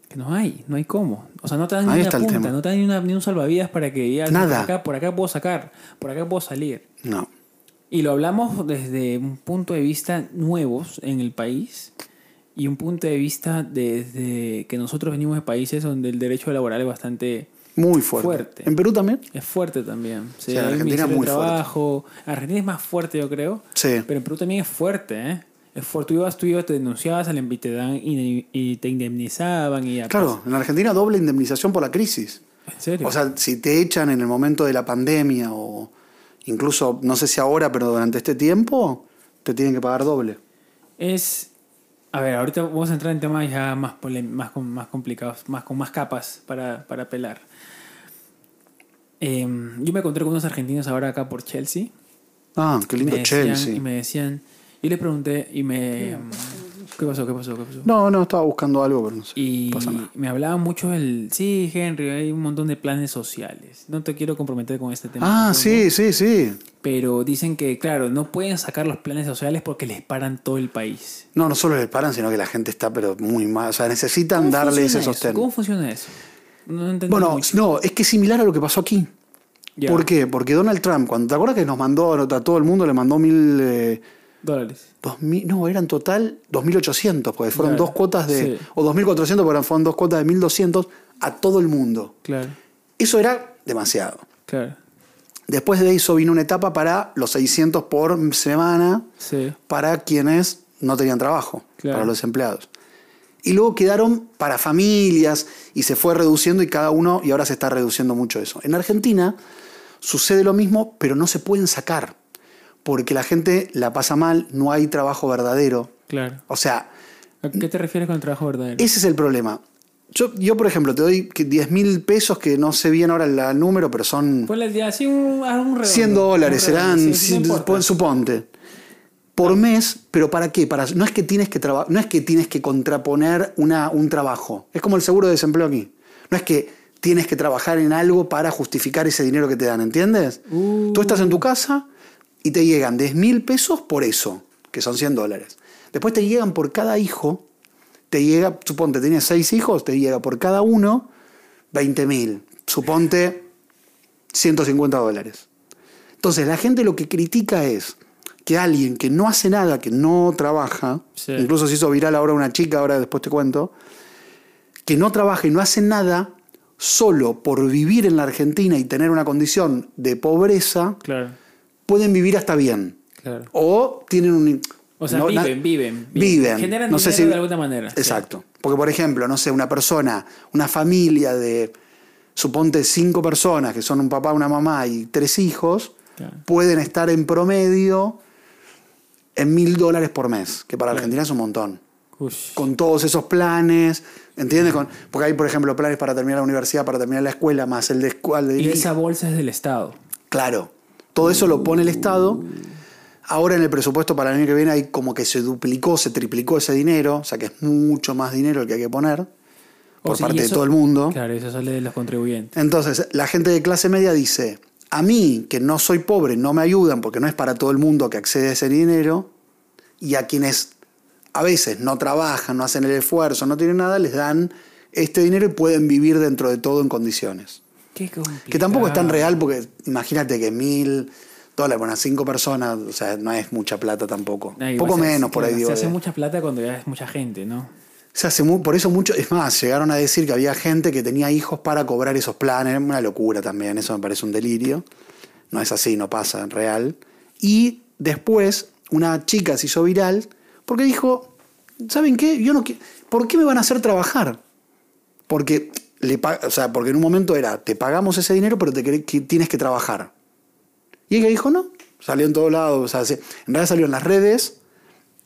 S1: que no hay, no hay cómo. O sea, no te dan
S2: Ahí
S1: ni una
S2: está el
S1: punta,
S2: tema.
S1: no te dan ni, una- ni un salvavidas para que digas.
S2: Nada.
S1: Por acá, por acá puedo sacar, por acá puedo salir.
S2: No.
S1: Y lo hablamos desde un punto de vista nuevos en el país y un punto de vista desde que nosotros venimos de países donde el derecho laboral es bastante
S2: Muy fuerte.
S1: Fuerte.
S2: ¿En Perú también?
S1: es fuerte también. Sí,
S2: O sea,
S1: hay un
S2: Argentina
S1: Ministerio
S2: es
S1: de
S2: muy fuerte.
S1: trabajo. Argentina es más fuerte, yo creo.
S2: Sí.
S1: Pero en Perú también es fuente, ¿eh? Es fuerte. Tú ibas, tú ibas, te denunciabas, al EMPI te dan y, y te indemnizaban y ya.
S2: Claro, en Argentina doble indemnización por la crisis.
S1: pues, en serio.
S2: O sea, si te echan en el momento de la pandemia o incluso, no sé si ahora, pero durante este tiempo, te tienen que pagar doble.
S1: es. A ver, ahorita vamos a entrar en temas ya más, pole- más, com- más complicados, más, con más capas para, para pelar. Eh, yo me encontré con unos argentinos ahora acá por Chelsea.
S2: Ah, qué lindo
S1: Me decían-
S2: Chelsea.
S1: Y me decían. Yo les pregunté y me. em, ¿Qué pasó? ¿Qué pasó? ¿Qué pasó?
S2: No, no, estaba buscando algo, pero no sé.
S1: Y
S2: Pasa nada.
S1: me hablaban mucho del. Sí, Henry, hay un montón de planes sociales. No te quiero comprometer con este tema.
S2: Ah,
S1: tampoco,
S2: sí, sí, sí.
S1: Pero dicen que, claro, no pueden sacar los planes sociales porque les paran todo el país.
S2: No, no solo les paran, sino que la gente está pero muy mal. O sea, necesitan
S1: ¿Cómo
S2: darle ese
S1: funciona eso?
S2: sostén.
S1: ¿Cómo funciona eso? No entendí
S2: Bueno,
S1: mucho.
S2: no, es que es similar a lo que pasó aquí.
S1: Ya.
S2: ¿Por qué? Porque Donald Trump, cuando te acuerdas que nos mandó a todo el mundo, le mandó mil... eh,
S1: Dólares.
S2: 2000, no, eran total 2.800, porque fueron
S1: Claro,
S2: dos cuotas de...
S1: sí.
S2: O 2.400, porque fueron dos cuotas de 1.200 a todo el mundo.
S1: Claro,
S2: Eso era demasiado.
S1: claro.
S2: Después de eso vino una etapa para los 600 por semana,
S1: Sí,
S2: para quienes no tenían trabajo,
S1: Claro.
S2: para los empleados. Y luego quedaron para familias y se fue reduciendo y cada uno, y ahora se está reduciendo mucho eso. En Argentina sucede lo mismo, pero no se pueden sacar, porque la gente la pasa mal, no hay trabajo verdadero.
S1: claro.
S2: O sea,
S1: ¿A qué te refieres con el trabajo verdadero?
S2: ese es el problema. Yo, yo por ejemplo, te doy 10 mil pesos, que no sé bien ahora el número, pero son...
S1: Ponle ya así un, a un redondo,
S2: 100 dólares
S1: un redondo,
S2: serán,
S1: sí, no
S2: cien-
S1: importa.
S2: pon- suponte. Por mes, pero ¿para qué? Para, no, es que tienes que traba- no es que tienes que contraponer una, un trabajo. Es como el seguro de desempleo aquí. No es que tienes que trabajar en algo para justificar ese dinero que te dan, ¿entiendes?
S1: Uh.
S2: Tú estás en tu casa y te llegan 10 mil pesos por eso, que son 100 dólares. Después te llegan por cada hijo, te llega, suponte, tenías seis hijos, te llega por cada uno 20 mil. Suponte 150 dólares. Entonces, la gente lo que critica es que alguien que no hace nada, que no trabaja,
S1: Sí.
S2: incluso se hizo viral ahora una chica, ahora después te cuento, que no trabaja y no hace nada solo por vivir en la Argentina y tener una condición de pobreza,
S1: Claro,
S2: pueden vivir hasta bien.
S1: claro.
S2: O tienen un...
S1: O sea,
S2: no- na-
S1: viven, viven,
S2: Viven.
S1: Generan
S2: No sé
S1: dinero
S2: si-
S1: de alguna manera. sí.
S2: Exacto. Porque, por ejemplo, no sé, una persona, una familia de, suponte, cinco personas, que son un papá, una mamá y tres hijos,
S1: Claro.
S2: pueden estar en promedio en mil dólares por mes, que para Argentina es un montón.
S1: Ush.
S2: Con todos esos planes, ¿entiendes? Con- porque hay, por ejemplo, planes para terminar la universidad, para terminar la escuela, más el de escuela.
S1: Y esa bolsa es del Estado.
S2: Claro, todo eso lo pone el Estado. Ahora en el presupuesto para el año que viene hay como que se duplicó, se triplicó ese dinero, o sea que es mucho más dinero el que hay que poner por
S1: O sea, Oh, y
S2: parte de
S1: eso-
S2: todo el mundo.
S1: Claro, eso sale de los contribuyentes.
S2: Entonces, la gente de clase media dice, a mí, que no soy pobre, no me ayudan porque no es para todo el mundo que accede a ese dinero, y a quienes a veces no trabajan, no hacen el esfuerzo, no tienen nada, les dan este dinero y pueden vivir dentro de todo en condiciones.
S1: Qué complicado.
S2: Que tampoco es tan real porque imagínate que mil, dólares, bueno, cinco personas, o sea, no es mucha plata tampoco.
S1: Ah, igual
S2: Poco
S1: se hace-
S2: menos, por ahí
S1: claro,
S2: digo. eh.
S1: Se hace
S2: de-
S1: mucha plata cuando ya es mucha gente, ¿no?
S2: se hace mu- por eso mucho, es más, llegaron a decir que había gente que tenía hijos para cobrar esos planes, una locura también, eso me parece un delirio. No es así, no pasa en real. Y después una chica se hizo viral porque dijo, ¿saben qué? Yo no qui- ¿por qué me van a hacer trabajar? Porque le pa- o sea, porque en un momento era, te pagamos ese dinero, pero te cre- que tienes que trabajar. Y ella dijo, no, salió en todos lados, o sea, se- en realidad salió en las redes,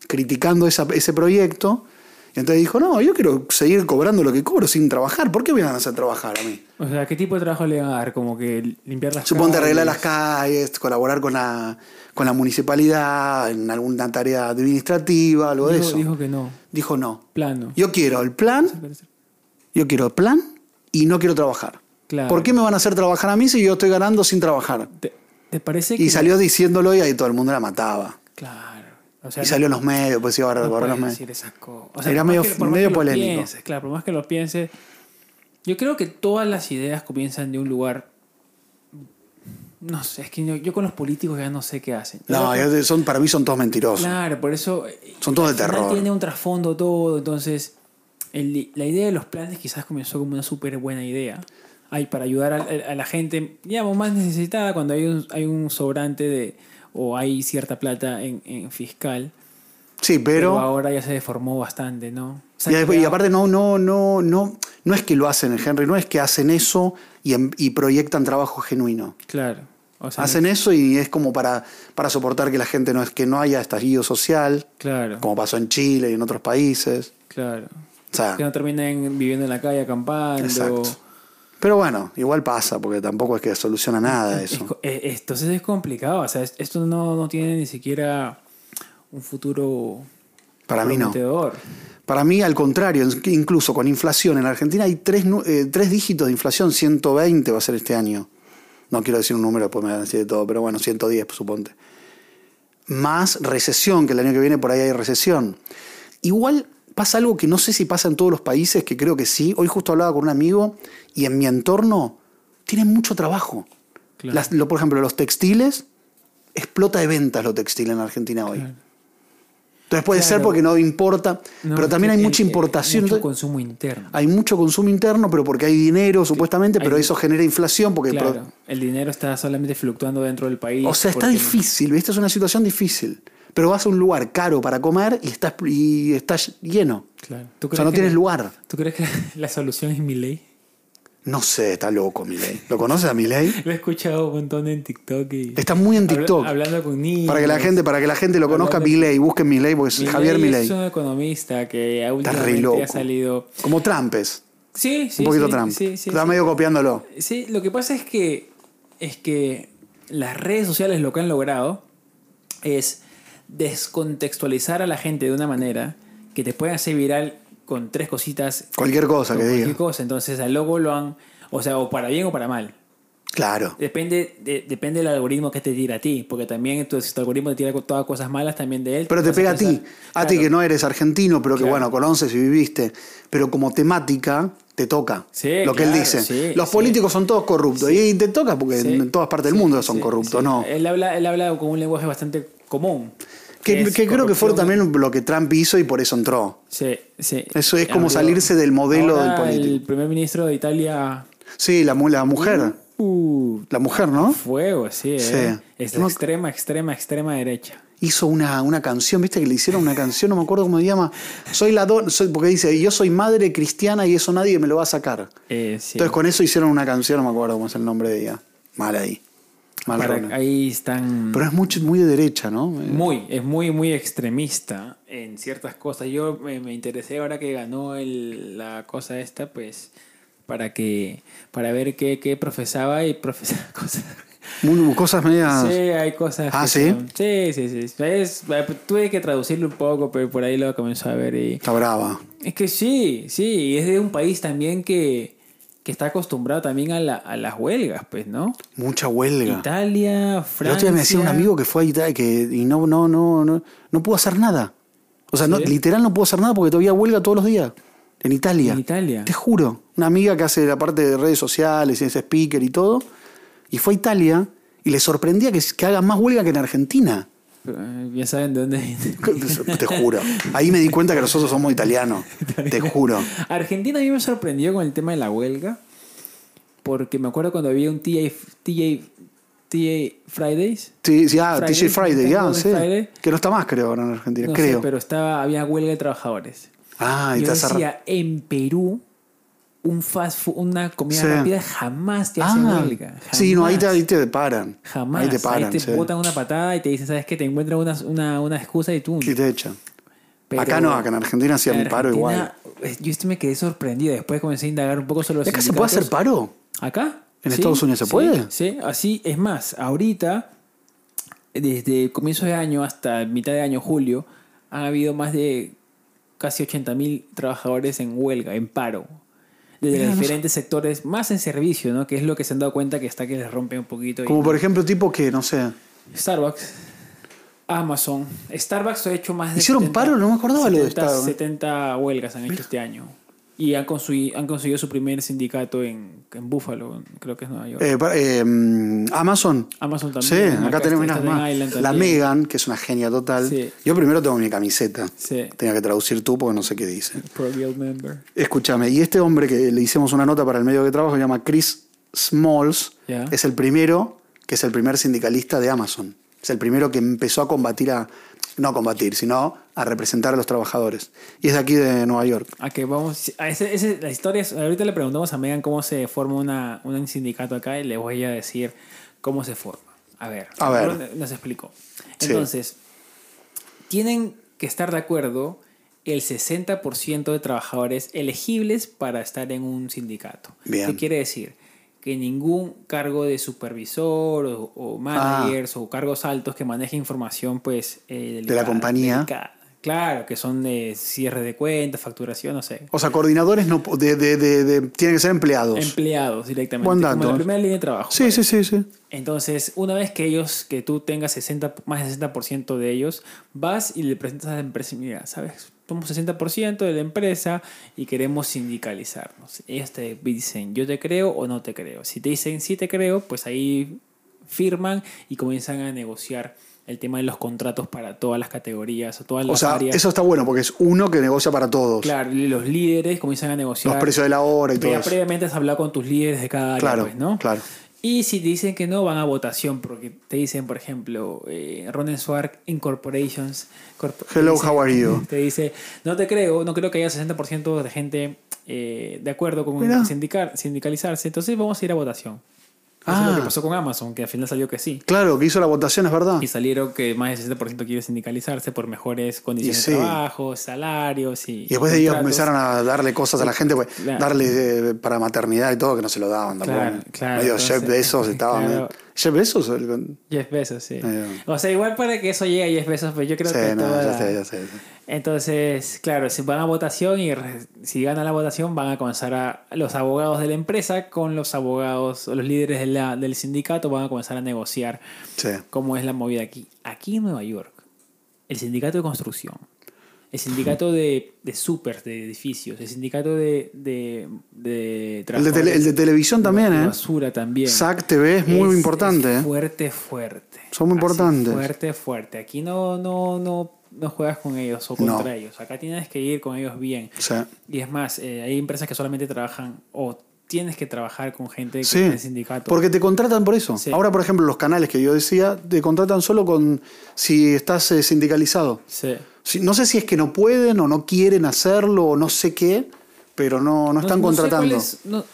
S2: criticando esa- ese proyecto. Y entonces dijo, no, yo quiero seguir cobrando lo que cobro sin trabajar. ¿Por qué me van a hacer trabajar a mí?
S1: O sea, ¿qué tipo de trabajo le van a dar? Como que limpiar las
S2: Suponte
S1: calles?
S2: arreglar las calles, colaborar con la, con la municipalidad en alguna tarea administrativa, algo de
S1: Dijo-
S2: eso.
S1: Dijo que no.
S2: Dijo, no,
S1: Plano.
S2: yo quiero el plan, yo quiero el plan y no quiero trabajar.
S1: Claro.
S2: ¿Por qué me van a hacer trabajar a mí si yo estoy ganando sin trabajar?
S1: ¿Te, te parece que.?
S2: Y salió diciéndolo y ahí todo el mundo la mataba.
S1: Claro. O sea,
S2: Y salió en los medios, pues iba a
S1: no
S2: recorrer los
S1: puedes
S2: medios.
S1: decir esas cosas.
S2: Era
S1: por más
S2: medio-
S1: por más
S2: medio
S1: lo
S2: polémico.
S1: pienses, claro, por más que lo pienses. Yo creo que todas las ideas comienzan de un lugar. No sé, es que yo, yo con los políticos ya no sé qué hacen.
S2: No,
S1: yo,
S2: ya son, para mí son todos mentirosos.
S1: Claro, por eso. eh,
S2: Son todos de
S1: al final
S2: terror.
S1: Tiene un trasfondo todo, entonces. el- la idea de los planes quizás comenzó como una súper buena idea. Ay, para ayudar a, a- a la gente, digamos, más necesitada cuando hay un, hay un sobrante de. o hay cierta plata en, en fiscal.
S2: Sí,
S1: Pero,
S2: pero...
S1: ahora ya se deformó bastante, ¿no? O sea,
S2: Y, después-
S1: ya-
S2: y aparte no, no, no, no, no es que lo hacen, Henry, no es que hacen eso y, en- y proyectan trabajo genuino.
S1: Claro. O sea,
S2: Hacen eso y es como para, para soportar que la gente no es que no haya estallido social,
S1: Claro,
S2: como pasó en Chile y en otros países.
S1: claro.
S2: O sea,
S1: Que no terminen viviendo en la calle acampando.
S2: Ah. exacto. Pero bueno, igual pasa, porque tampoco es que soluciona nada
S1: Es
S2: eso.
S1: co- eh, eh, entonces es complicado. O sea, es- esto no, no tiene ni siquiera un futuro
S2: Para mí no.
S1: prometedor.
S2: Para mí, al contrario, incluso con inflación, en Argentina hay tres, nu- eh, tres dígitos de inflación, 120 va a ser este año. No quiero decir un número, después me van a decir de todo, pero bueno, 110, suponte. Más recesión, que el año que viene por ahí hay recesión. Igual pasa algo que no sé si pasa en todos los países, que creo que sí. Hoy justo hablaba con un amigo y en mi entorno tienen mucho trabajo.
S1: Claro.
S2: Las- lo- por ejemplo, los textiles, explota de ventas lo textil en Argentina hoy.
S1: Claro.
S2: Entonces puede ser
S1: Claro.
S2: porque no importa,
S1: No,
S2: pero
S1: es
S2: también
S1: que
S2: hay
S1: el-
S2: mucha
S1: el-
S2: importación. Ah,
S1: Mucho
S2: entonces-
S1: consumo interno.
S2: hay mucho consumo interno, pero porque hay dinero supuestamente,
S1: hay
S2: pero
S1: mu-
S2: eso genera inflación. Porque
S1: claro.
S2: pro-
S1: El dinero está solamente fluctuando dentro del país.
S2: o sea, está
S1: porque-
S2: difícil, ¿viste? Es una situación difícil. Pero vas a un lugar caro para comer y estás, y estás lleno.
S1: Claro. ¿Tú
S2: O
S1: crees
S2: sea, no
S1: que-
S2: tienes lugar.
S1: ¿Tú crees que *laughs* la solución es mi ley? *laughs*
S2: No sé, está loco Milei. ¿Lo conoces
S1: *laughs*
S2: a Milei?
S1: Lo he escuchado un montón en TikTok y.
S2: Está muy en
S1: Habla-
S2: TikTok.
S1: hablando con niños.
S2: para que la gente, para que la gente lo conozca,
S1: Hablando-
S2: Milei, busquen Milei porque es
S1: Milei
S2: Javier Milei.
S1: Es un economista que
S2: re
S1: últimamente
S2: loco.
S1: ha salido.
S2: Como Trump es.
S1: Sí, sí.
S2: un poquito
S1: sí,
S2: Trump.
S1: Sí, sí,
S2: está
S1: sí.
S2: medio copiándolo.
S1: Sí, lo que pasa es que, es que las redes sociales lo que han logrado es descontextualizar a la gente de una manera que te puede hacer viral con tres cositas.
S2: Cualquier cosa
S1: con
S2: que
S1: cualquier
S2: diga.
S1: cosa. Entonces al logo lo han. O sea, o para bien o para mal.
S2: Claro.
S1: Depende, de- depende del algoritmo que te tira a ti, porque también tu, si tu algoritmo te tira co- todas cosas malas, también de él.
S2: Pero te
S1: vas
S2: pega a ti,
S1: pensar-
S2: a ti
S1: Claro.
S2: que no eres argentino, pero que
S1: Claro.
S2: bueno, con 11 si viviste, pero como temática te toca.
S1: Sí,
S2: lo que él
S1: claro,
S2: dice.
S1: sí,
S2: los
S1: sí.
S2: políticos son todos corruptos y te toca porque
S1: Sí,
S2: en todas partes del
S1: sí,
S2: mundo son
S1: sí,
S2: corruptos,
S1: sí.
S2: ¿no?
S1: Él habla, él habla con un lenguaje bastante común.
S2: Que,
S1: es
S2: que creo que fue
S1: corrupción.
S2: también lo que Trump hizo y por eso entró.
S1: Sí, sí.
S2: Eso es como
S1: Abrió.
S2: salirse del modelo
S1: Ahora
S2: del político.
S1: El primer ministro de Italia.
S2: Sí, la, mu- la mujer.
S1: Uh,
S2: La mujer, ¿no?
S1: fuego, sí.
S2: Sí.
S1: eh. Es la
S2: No-
S1: extrema, extrema, extrema derecha.
S2: Hizo una, una canción, viste que le hicieron una canción, no me acuerdo cómo se llama. Soy la don, soy- porque dice, yo soy madre cristiana y eso nadie me lo va a sacar.
S1: Eh, sí.
S2: Entonces con eso hicieron una canción, no me acuerdo cómo es el nombre de ella. Mal ahí. Mal
S1: Para-
S2: Ronald.
S1: ahí están.
S2: Pero es muy, muy de derecha, ¿no?
S1: Muy, es muy, muy extremista en ciertas cosas. Yo me, me interesé ahora que ganó el- la cosa esta, pues, para que, para ver qué, qué profesaba y profesaba *laughs* cosas.
S2: Muy- cosas medias...
S1: Sí, hay cosas.
S2: Ah,
S1: que
S2: ¿sí?
S1: son- Sí, sí, sí. Es- eh, pues, tuve que traducirlo un poco, pero por ahí lo comenzó a ver y...
S2: Está brava.
S1: Es que sí, sí, y es de un país también que, que está acostumbrado también a, la- a las huelgas, pues, ¿no?
S2: Mucha huelga.
S1: Italia,
S2: El otro
S1: Francia...
S2: día me decía un amigo que fue a Italia que, y no, no, no, no, no pudo hacer nada. O sea, no-
S1: ¿Sí?
S2: literal no pudo hacer nada porque todavía huelga todos los días. En Italia.
S1: En Italia.
S2: Te juro. Una amiga que hace la parte de redes sociales y es speaker y todo. Y fue a Italia Y le sorprendía que, que hagan más huelga que
S1: *laughs*
S2: en Argentina.
S1: Pero, eh, ya saben de dónde viene.
S2: Te juro. Ahí me di cuenta que nosotros somos italianos. Te juro.
S1: Argentina a mí me sorprendió con el tema de la huelga, porque me acuerdo cuando había un TJ, TJ, TJ Fridays.
S2: Sí, sí, ah,
S1: Friday,
S2: TJ Friday,
S1: Golden
S2: ya, sí.
S1: Friday.
S2: Que no está más, creo, ahora en Argentina.
S1: No
S2: creo.
S1: sé, pero estaba, había huelga de trabajadores.
S2: Ah, y
S1: Yo
S2: te hace-
S1: decía, en Perú, un fast food, una comida
S2: Sí.
S1: rápida jamás te hace
S2: Ah,
S1: huelga.
S2: sí, no, ahí te,
S1: jamás.
S2: ahí te paran.
S1: Jamás.
S2: Ahí te paran. sí.
S1: botan una patada y te dicen, ¿sabes qué? Te encuentran una, una, una excusa y tú.
S2: Y te echan.
S1: Pero
S2: acá no, acá en Argentina hacían
S1: en
S2: paro igual.
S1: Argentina, eh, Yo este me quedé sorprendido. Después comencé a indagar un poco sobre los
S2: ¿Es que se puede hacer
S1: sindicatos.
S2: paro?
S1: ¿Acá?
S2: ¿En
S1: Sí,
S2: Estados Unidos se
S1: sí,
S2: puede?
S1: Sí, así. Es más, ahorita, desde comienzo de año hasta mitad de año, julio, han habido más de casi 80.000 trabajadores en huelga, en paro. Desde
S2: Mira,
S1: los
S2: no sé.
S1: diferentes sectores, más en servicio, ¿no? Que es lo que se han dado cuenta que está que les rompe un poquito. y-
S2: Como por ejemplo, tipo que, no sé.
S1: Starbucks, Amazon. Starbucks ha hecho más de.
S2: ¿Hicieron paro? No me acordaba lo de
S1: 70,
S2: Starbucks.
S1: 70 huelgas han hecho este año. Y han conseguido, han conseguido su primer sindicato en, en Búfalo, creo que es Nueva York.
S2: eh, pa- eh, mm, Amazon.
S1: Amazon también.
S2: Sí, acá, tenemos
S1: está
S2: unas
S1: Staten
S2: más.
S1: Island
S2: La
S1: también.
S2: Megan, que es una genia total.
S1: Sí.
S2: Yo primero tengo mi camiseta.
S1: Sí,
S2: Tenía que traducir tú porque no sé qué dice.
S1: Pro Guild Member.
S2: Escúchame, y este hombre que le hicimos una nota para el medio que trabajo, se llama Chris Smalls,
S1: Ya.
S2: es el primero, que es el primer sindicalista de Amazon. Es el primero que empezó a combatir a, no a combatir, sino a representar a los trabajadores. Y es de aquí de Nueva York.
S1: A que vamos. A ese, ese- la historia es- Ahorita le preguntamos a Megan cómo se forma una, un sindicato acá y le voy a decir cómo se forma. A ver.
S2: A ver.
S1: Bruno Nos explicó.
S2: Sí.
S1: Entonces, tienen que estar de acuerdo el 60% de trabajadores elegibles para estar en un sindicato.
S2: Bien.
S1: ¿Qué quiere decir? Que ningún cargo de supervisor o, o
S2: Ah.
S1: managers o cargos altos que maneje información, pues. eh, delicada-
S2: compañía.
S1: delicada. Claro, que son de cierre de cuentas, facturación, no sé.
S2: O sea, coordinadores no, po- de, de- de- de- tienen que ser empleados.
S1: Empleados directamente.
S2: Buen dato.
S1: Como la primera línea de trabajo.
S2: sí, sí, sí, sí.
S1: Entonces, una vez que ellos, que tú tengas 60, más del 60% de ellos, vas y le presentas a la empresa, y mira, ¿sabes? Somos 60% de la empresa y queremos sindicalizarnos. Ellos te dicen, yo te creo o no te creo. Si te dicen sí te creo, pues ahí firman y comienzan a negociar el tema de los contratos para todas las categorías o todas las
S2: O sea,
S1: áreas.
S2: eso está bueno porque es uno que negocia para todos.
S1: Claro, y los líderes comienzan a negociar.
S2: Los precios de la hora y todo
S1: Pero ya
S2: eso.
S1: previamente has hablado con tus líderes de cada área,
S2: Claro,
S1: pues, ¿no?
S2: claro.
S1: Y si te dicen que no, van a votación, porque te dicen, por ejemplo, eh, Ronen Swark Incorporations. corp- te
S2: Hello,
S1: dice-
S2: how are you?
S1: *laughs* Te dice, no te creo, no creo que haya 60% de gente eh, de acuerdo con
S2: Mira.
S1: sindicar, sindicalizarse, entonces vamos a ir a votación. Eso
S2: Ah.
S1: es lo que pasó con Amazon, que al final salió que sí.
S2: Claro, que hizo la votación, es verdad.
S1: Y salieron que más del 60% quiere sindicalizarse por mejores condiciones
S2: sí.
S1: de trabajo, salarios y.
S2: Y después de ellos
S1: contratos.
S2: comenzaron a darle cosas a la gente, pues,
S1: Claro.
S2: darle eh, para maternidad y todo, que no se lo daban tampoco.
S1: Claro, claro,
S2: medio
S1: entonces, eh,
S2: Jeff Bezos estaba.
S1: claro.
S2: medio- Jeff Bezos, el-
S1: Jeff Bezos, sí.
S2: Eh.
S1: O sea, igual para que eso llegue a Jeff Bezos, pues yo creo
S2: Sí,
S1: que
S2: no,
S1: toda
S2: ya
S1: la-
S2: sé, ya sé, ya sé.
S1: Entonces, claro, si van a votación y re- si gana la votación van a comenzar a los abogados de la empresa con los abogados o los líderes de la- del sindicato van a comenzar a negociar
S2: Sí.
S1: cómo es la movida aquí. Aquí en Nueva York, el sindicato de construcción, el sindicato de, de supers, de edificios, el sindicato de... de, de
S2: El, de tele- el de televisión también, ¿eh?
S1: Basura también.
S2: SAC TV es muy
S1: Es-
S2: importante,
S1: es
S2: ¿eh?
S1: fuerte, fuerte.
S2: Son muy
S1: Así,
S2: importantes.
S1: fuerte, fuerte. Aquí no, no, no, no juegas con ellos o
S2: No.
S1: contra ellos. Acá tienes que ir con ellos bien.
S2: Sí.
S1: Y es más, eh, hay empresas que solamente trabajan o tienes que trabajar con gente que
S2: Sí,
S1: está en sindicato.
S2: porque te contratan por eso.
S1: Sí.
S2: Ahora, por ejemplo, los canales que yo decía, te contratan solo con si estás eh, sindicalizado.
S1: Sí.
S2: Si- No sé si es que no pueden o no quieren hacerlo o no sé qué, pero no, no están
S1: No- no sé
S2: contratando.
S1: cuál es- no-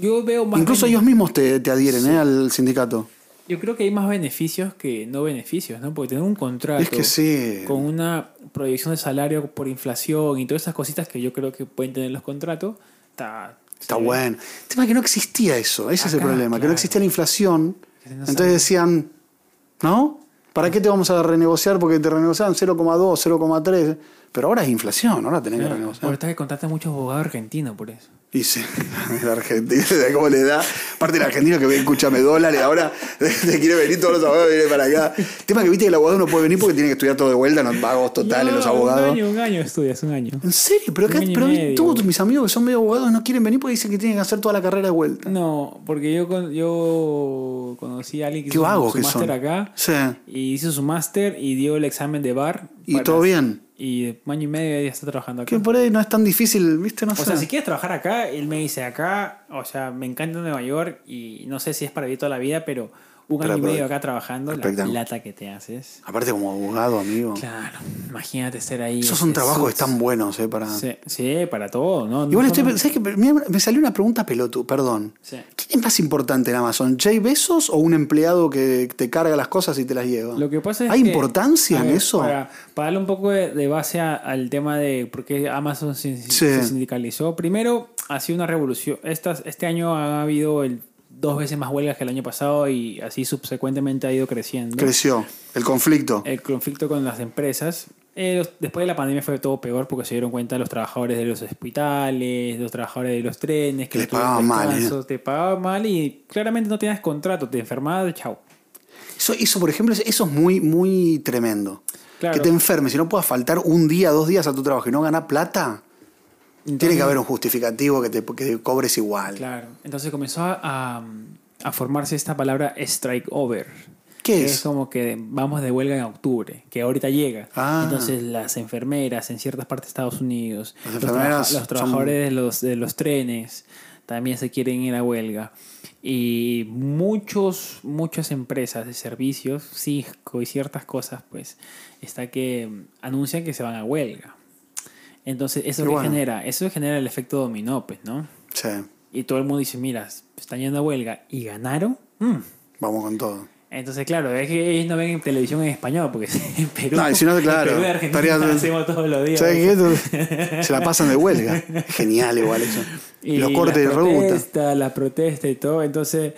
S1: yo veo más.
S2: Incluso
S1: bene-
S2: ellos mismos te, te adhieren ¿eh? al sindicato.
S1: Yo creo que hay más beneficios que no beneficios, ¿no? Porque tener un contrato.
S2: Es que sí.
S1: Con una proyección de salario por inflación y todas esas cositas que yo creo que pueden tener los contratos, está.
S2: Está
S1: sí.
S2: bueno. El tema es que no existía eso. Ese es el
S1: Acá,
S2: problema. Que no
S1: claro.
S2: existía la inflación.
S1: Que no
S2: Entonces
S1: saben.
S2: decían, ¿no? ¿Para qué te vamos a renegociar? Porque te renegociaban 0,2, 0,3. Pero ahora es inflación. Ahora tenés que
S1: Claro,
S2: renegociar. *laughs*
S1: Ahorita que contratan muchos abogados argentinos por eso.
S2: Y sí, el argentino, *laughs* ¿cómo le da? Aparte el argentino que ve, escúchame dólares, ahora *laughs* te quiere venir todos los abogados vienen para acá. Tema que viste que el abogado no puede venir porque tiene que estudiar todo de vuelta, no pagos totales
S1: No,
S2: los abogados.
S1: Un año, un año estudias, un año.
S2: ¿En serio? Pero,
S1: Un
S2: acá,
S1: año y
S2: pero
S1: medio.
S2: todos mis amigos que son medio abogados no quieren venir porque dicen que tienen que hacer toda la carrera de vuelta.
S1: No, porque yo, con- yo conocí a alguien que
S2: Qué
S1: hizo su-
S2: vagos
S1: su
S2: que son.
S1: máster acá
S2: Sí.
S1: y hizo su máster y dio el examen de bar.
S2: Y
S1: para-
S2: todo bien.
S1: Y de año y medio ya está trabajando acá.
S2: Que por ahí no es tan difícil, ¿viste? No
S1: O
S2: sé.
S1: sea, si quieres trabajar acá, él me dice acá, o sea, me encanta Nueva York y no sé si es para vivir toda la vida, pero un
S2: Pero
S1: año y
S2: aprovecha.
S1: medio acá trabajando, la
S2: Espectacular.
S1: plata que te haces.
S2: Aparte como abogado, amigo.
S1: Claro, imagínate ser ahí.
S2: Esos son
S1: este,
S2: trabajos que
S1: suits.
S2: están buenos, ¿eh? Para...
S1: Sí, sí, para todo, ¿no?
S2: Igual
S1: No
S2: estoy...
S1: solo-
S2: ¿sabes qué? Mirá, me salió una pregunta pelotu, perdón.
S1: Sí.
S2: ¿Quién es más importante en Amazon? ¿Jay Besos o un empleado que te carga las cosas y te las lleva?
S1: Lo que pasa es
S2: ¿Hay
S1: que-
S2: importancia
S1: a
S2: en
S1: ver,
S2: eso?
S1: Para, para darle un poco de, de base a- al tema de por qué Amazon se, se
S2: Sí.
S1: sindicalizó. Primero, ha sido una revolución. Estas, este año ha habido el, dos veces más huelgas que el año pasado y así subsecuentemente ha ido creciendo.
S2: Creció el conflicto.
S1: el conflicto con las empresas. Eh, los- después de la pandemia fue todo peor porque se dieron cuenta los trabajadores de los hospitales, los trabajadores de los trenes, que
S2: Les
S1: no tuvieron
S2: pagaban mal, ¿eh?
S1: descansos, te pagaban mal y claramente no tenías contrato, te enfermabas, chao.
S2: Eso, eso, por ejemplo, eso es muy, muy tremendo.
S1: Claro.
S2: Que te enfermes y no puedas faltar un día, dos días a tu trabajo y no ganar plata. Tiene que haber un justificativo que te que cobres igual.
S1: Claro. Entonces comenzó a, a- a formarse esta palabra strike over.
S2: ¿Qué
S1: que
S2: es?
S1: como que vamos de huelga en octubre, que ahorita llega.
S2: Ah.
S1: Entonces las enfermeras en ciertas partes de Estados Unidos,
S2: Las
S1: los,
S2: enfermeras
S1: trabaja- los
S2: son-
S1: trabajadores de, los, de los trenes también se quieren ir a huelga. Y muchos, muchas empresas de servicios, Cisco y ciertas cosas, pues, está que mm, anuncian que se van a huelga. Entonces, ¿eso
S2: Qué
S1: que
S2: bueno.
S1: genera? Eso genera el efecto dominó, pues, ¿no?
S2: Sí,
S1: y todo el mundo dice, mira, están yendo a huelga y ganaron. Mm.
S2: vamos con todo.
S1: Entonces, claro, es que ellos no ven en televisión en español porque *laughs* en Perú,
S2: No, y si no, claro,
S1: en Perú y Argentina *laughs*
S2: estaría-
S1: hacemos todos los días.
S2: ¿Sabes qué? Tú- Se la pasan
S1: *laughs*
S2: de huelga. Genial igual eso.
S1: Y
S2: Los cortes de
S1: la
S2: ruta.
S1: protesta, la protesta y todo. Entonces,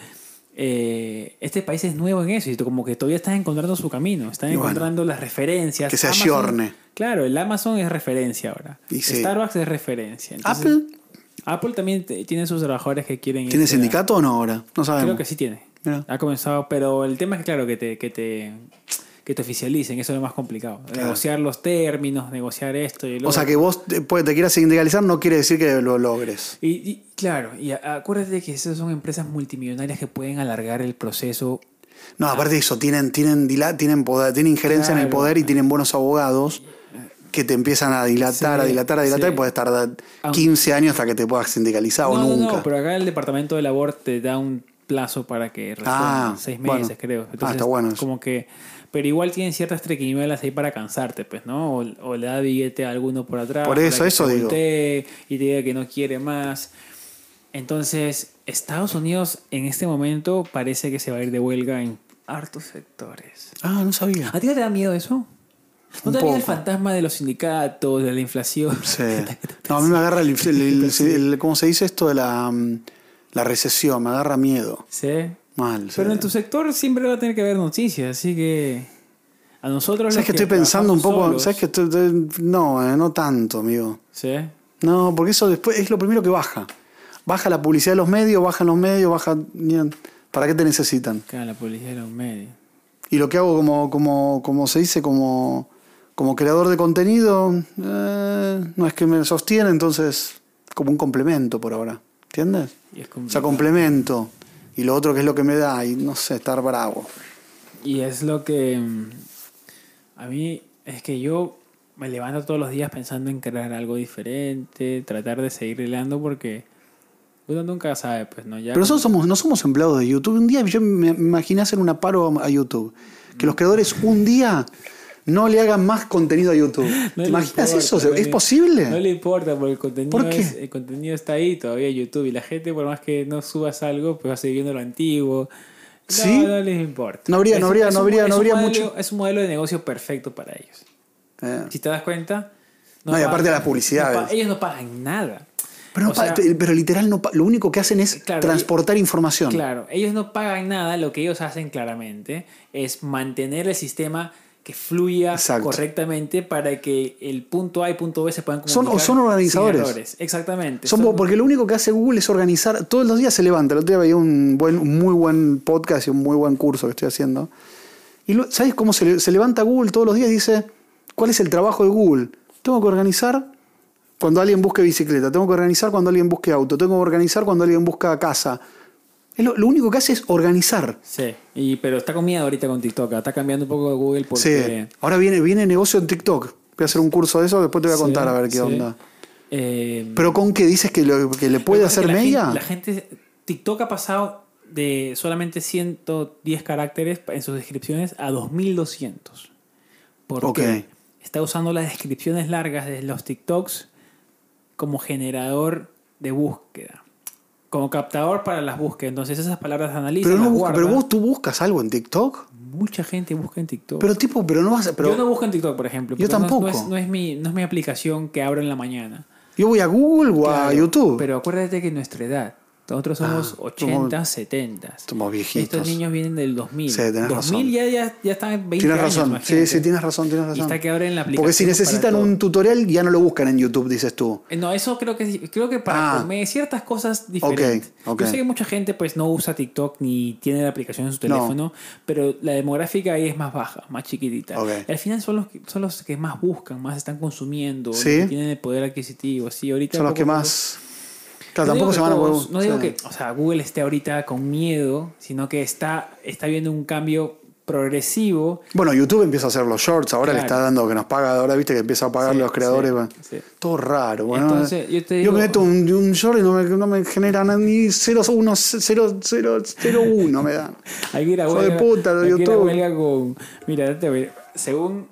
S1: eh, este país es nuevo en eso y como que todavía están encontrando su camino, están
S2: Y bueno,
S1: encontrando las referencias.
S2: que se
S1: Amazon-
S2: ayorne.
S1: Claro, el Amazon es referencia ahora.
S2: Y sí.
S1: Starbucks es referencia. Entonces,
S2: ¿Apple
S1: Apple también te- tiene sus trabajadores que quieren
S2: tiene
S1: irse a-
S2: sindicato o no ahora? No sabemos.
S1: Creo que sí tiene.
S2: Mira.
S1: Ha comenzado, pero el tema es que, claro, que te, que te, que te oficialicen, eso es lo más complicado. Negociar los términos, negociar esto y lo
S2: O sea
S1: otro.
S2: que vos te, puede- te quieras sindicalizar no quiere decir que lo logres.
S1: Y, y, claro, y a- acuérdate que esas son empresas multimillonarias que pueden alargar el proceso.
S2: No, aparte de eso, tienen, tienen, dila- tienen, poder, tienen injerencia en el
S1: Claro.
S2: poder y tienen buenos abogados que te empiezan a dilatar,
S1: Sí,
S2: a dilatar, a dilatar
S1: sí.
S2: y puedes tardar
S1: Aunque-
S2: 15 años hasta que te puedas sindicalizar o
S1: no, no,
S2: nunca.
S1: no, pero acá el departamento de labor te da un plazo para que respondan.
S2: Ah,
S1: seis
S2: bueno.
S1: meses, creo.
S2: Ah, está bueno eso.
S1: Como que, pero igual tienen ciertas trequiñuelas ahí para cansarte, pues, ¿no? O, o le da billete a alguno por atrás.
S2: Por
S1: para
S2: eso,
S1: que
S2: eso
S1: se
S2: digo.
S1: voltee Y te diga que no quiere más. Entonces, Estados Unidos en este momento parece que se va a ir de huelga en hartos sectores.
S2: Ah, no sabía.
S1: ¿A ti no te da miedo eso? ¿No
S2: Un
S1: te da miedo el
S2: poco.
S1: fantasma de los sindicatos, de la inflación? *laughs*
S2: Sí. No, a mí me agarra el, el- el- el- ¿Cómo se dice esto? de La, mm, la recesión, me agarra miedo.
S1: Sí.
S2: Mal. sí.
S1: Pero en tu sector siempre va a tener que haber noticias, así que a nosotros... los
S2: ¿Sabes que estoy pensando un
S1: trabajamos
S2: poco?
S1: solos-
S2: ¿Sabes que estoy- estoy- No, eh, no tanto, amigo.
S1: Sí.
S2: No, porque eso después es lo primero que baja. Baja la publicidad de los medios, bajan los medios, baja. ¿Para qué te necesitan?
S1: Claro, la policía era un medio.
S2: Y lo que hago como, como, como se dice, como, como creador de contenido, eh, no es que me sostiene, entonces como un complemento por ahora. ¿Entiendes?
S1: Y, es
S2: O sea,
S1: complicado.
S2: complemento. Y lo otro que es lo que me da, y no sé, estar bravo.
S1: y es lo que... mm, A mí es que yo me levanto todos los días pensando en crear algo diferente, tratar de seguir hilando porque uno nunca sabe, pues, ¿no? Ya
S2: Pero nosotros somos, no somos empleados de YouTube. Un día yo me imaginé hacer una paro a YouTube. Que los creadores un día no le hagan más contenido a YouTube.
S1: *laughs* No
S2: ¿Te
S1: le
S2: imaginas
S1: importa,
S2: eso?
S1: no
S2: ¿Es
S1: le-
S2: posible?
S1: No le importa porque el contenido,
S2: ¿Por qué?
S1: es- el contenido está ahí todavía en YouTube y la gente por más que no subas algo pues va a seguir viendo lo antiguo. No,
S2: ¿Sí?
S1: no les importa.
S2: No habría- no habría- no
S1: un-
S2: habría- no
S1: un
S2: habría
S1: modelo-
S2: mucho.
S1: Es un modelo de negocio perfecto para ellos.
S2: Eh.
S1: Si te das cuenta.
S2: No, y aparte
S1: pagan-
S2: las publicidades.
S1: no pa- ellos no pagan nada.
S2: Pero, no
S1: O sea,
S2: pa- pero literal, no pa- lo único que hacen es
S1: Claro,
S2: transportar información.
S1: Claro, ellos no pagan nada, lo que ellos hacen claramente es mantener el sistema que fluya
S2: Exacto.
S1: correctamente para que el punto A y punto B se puedan
S2: Son-
S1: comunicar.
S2: o son organizadores.
S1: sin errores. Exactamente.
S2: Son-
S1: Son-
S2: porque lo único que hace Google es organizar. Todos los días se levanta. El otro día veía un, buen, un muy buen podcast y un muy buen curso que estoy haciendo. Y lo- ¿sabes cómo se, le- se levanta Google todos los días? y Dice, ¿cuál es el trabajo de Google? Tengo que organizar cuando alguien busque bicicleta. Tengo que organizar cuando alguien busque auto. Tengo que organizar cuando alguien busca casa. Es lo, lo único que hace es organizar.
S1: Sí, y, pero está con miedo ahorita con TikTok. Está cambiando un poco de Google porque...
S2: Sí. Ahora viene, viene negocio en TikTok. Voy a hacer un curso de eso. Después te voy a contar a ver qué
S1: sí.
S2: onda.
S1: Eh,
S2: Pero con qué dices que, lo- que le puede
S1: Lo que pasa es
S2: hacer
S1: que la
S2: media.
S1: gente- La gente, TikTok ha pasado de solamente 110 caracteres pa- en sus descripciones a 2200. Porque
S2: Ok.
S1: está usando las descripciones largas de los TikToks como generador de búsqueda. Como captador para las búsquedas. Entonces esas palabras analizan.
S2: Pero, no
S1: las
S2: busca- pero
S1: guarda.
S2: vos tú buscas algo en TikTok.
S1: Mucha gente busca en TikTok.
S2: Pero tipo, pero no vas a. Pero
S1: yo
S2: yo,
S1: no busco en TikTok, por ejemplo.
S2: Yo
S1: porque no es- No,
S2: tampoco.
S1: es, no es mi, no es mi aplicación que abro en la mañana.
S2: voy a Google o a
S1: Claro,
S2: YouTube.
S1: Pero acuérdate que nuestra edad, nosotros somos
S2: Ah,
S1: 80, 70.
S2: Somos viejitos.
S1: Estos niños vienen del 2000.
S2: Sí, tenés
S1: 2000
S2: razón.
S1: ya, ya, ya están en 20
S2: tienes
S1: años,
S2: razón.
S1: imagínate.
S2: Sí, sí, tienes razón, tienes razón.
S1: Y está que abren la aplicación.
S2: Porque si
S1: para
S2: necesitan
S1: todo.
S2: un tutorial, ya no lo buscan en YouTube, dices tú.
S1: Eh, No, eso creo que creo que para
S2: Ah.
S1: comer ciertas cosas diferentes.
S2: ok.
S1: Yo sé que mucha gente pues no usa TikTok ni tiene la aplicación en su teléfono, pero la demográfica ahí es más baja, más chiquitita.
S2: Ok.
S1: Y al final son los que, son los que más buscan, más están consumiendo,
S2: Sí.
S1: los que tienen el poder adquisitivo, sí, ahorita
S2: Son los que
S1: poco a poco-
S2: más. Claro,
S1: No digo
S2: tampoco
S1: que
S2: se van
S1: todos,
S2: a
S1: No digo
S2: sí.
S1: que, o sea, Google esté ahorita con miedo, sino que está, está viendo un cambio progresivo.
S2: Bueno, YouTube empieza a hacer los shorts, ahora le
S1: Claro.
S2: está dando que nos paga, ahora viste que empieza a pagar
S1: Sí,
S2: los creadores.
S1: sí,
S2: va.
S1: sí.
S2: Todo raro, bueno.
S1: Entonces, yo te digo-
S2: me meto un, un short y no me, no me genera ni 0,01 me dan.
S1: Hay que ir a
S2: Hijo de
S1: huelga.
S2: puta, lo
S1: hay que ir a
S2: YouTube.
S1: huelga con. Mira, te voy- según.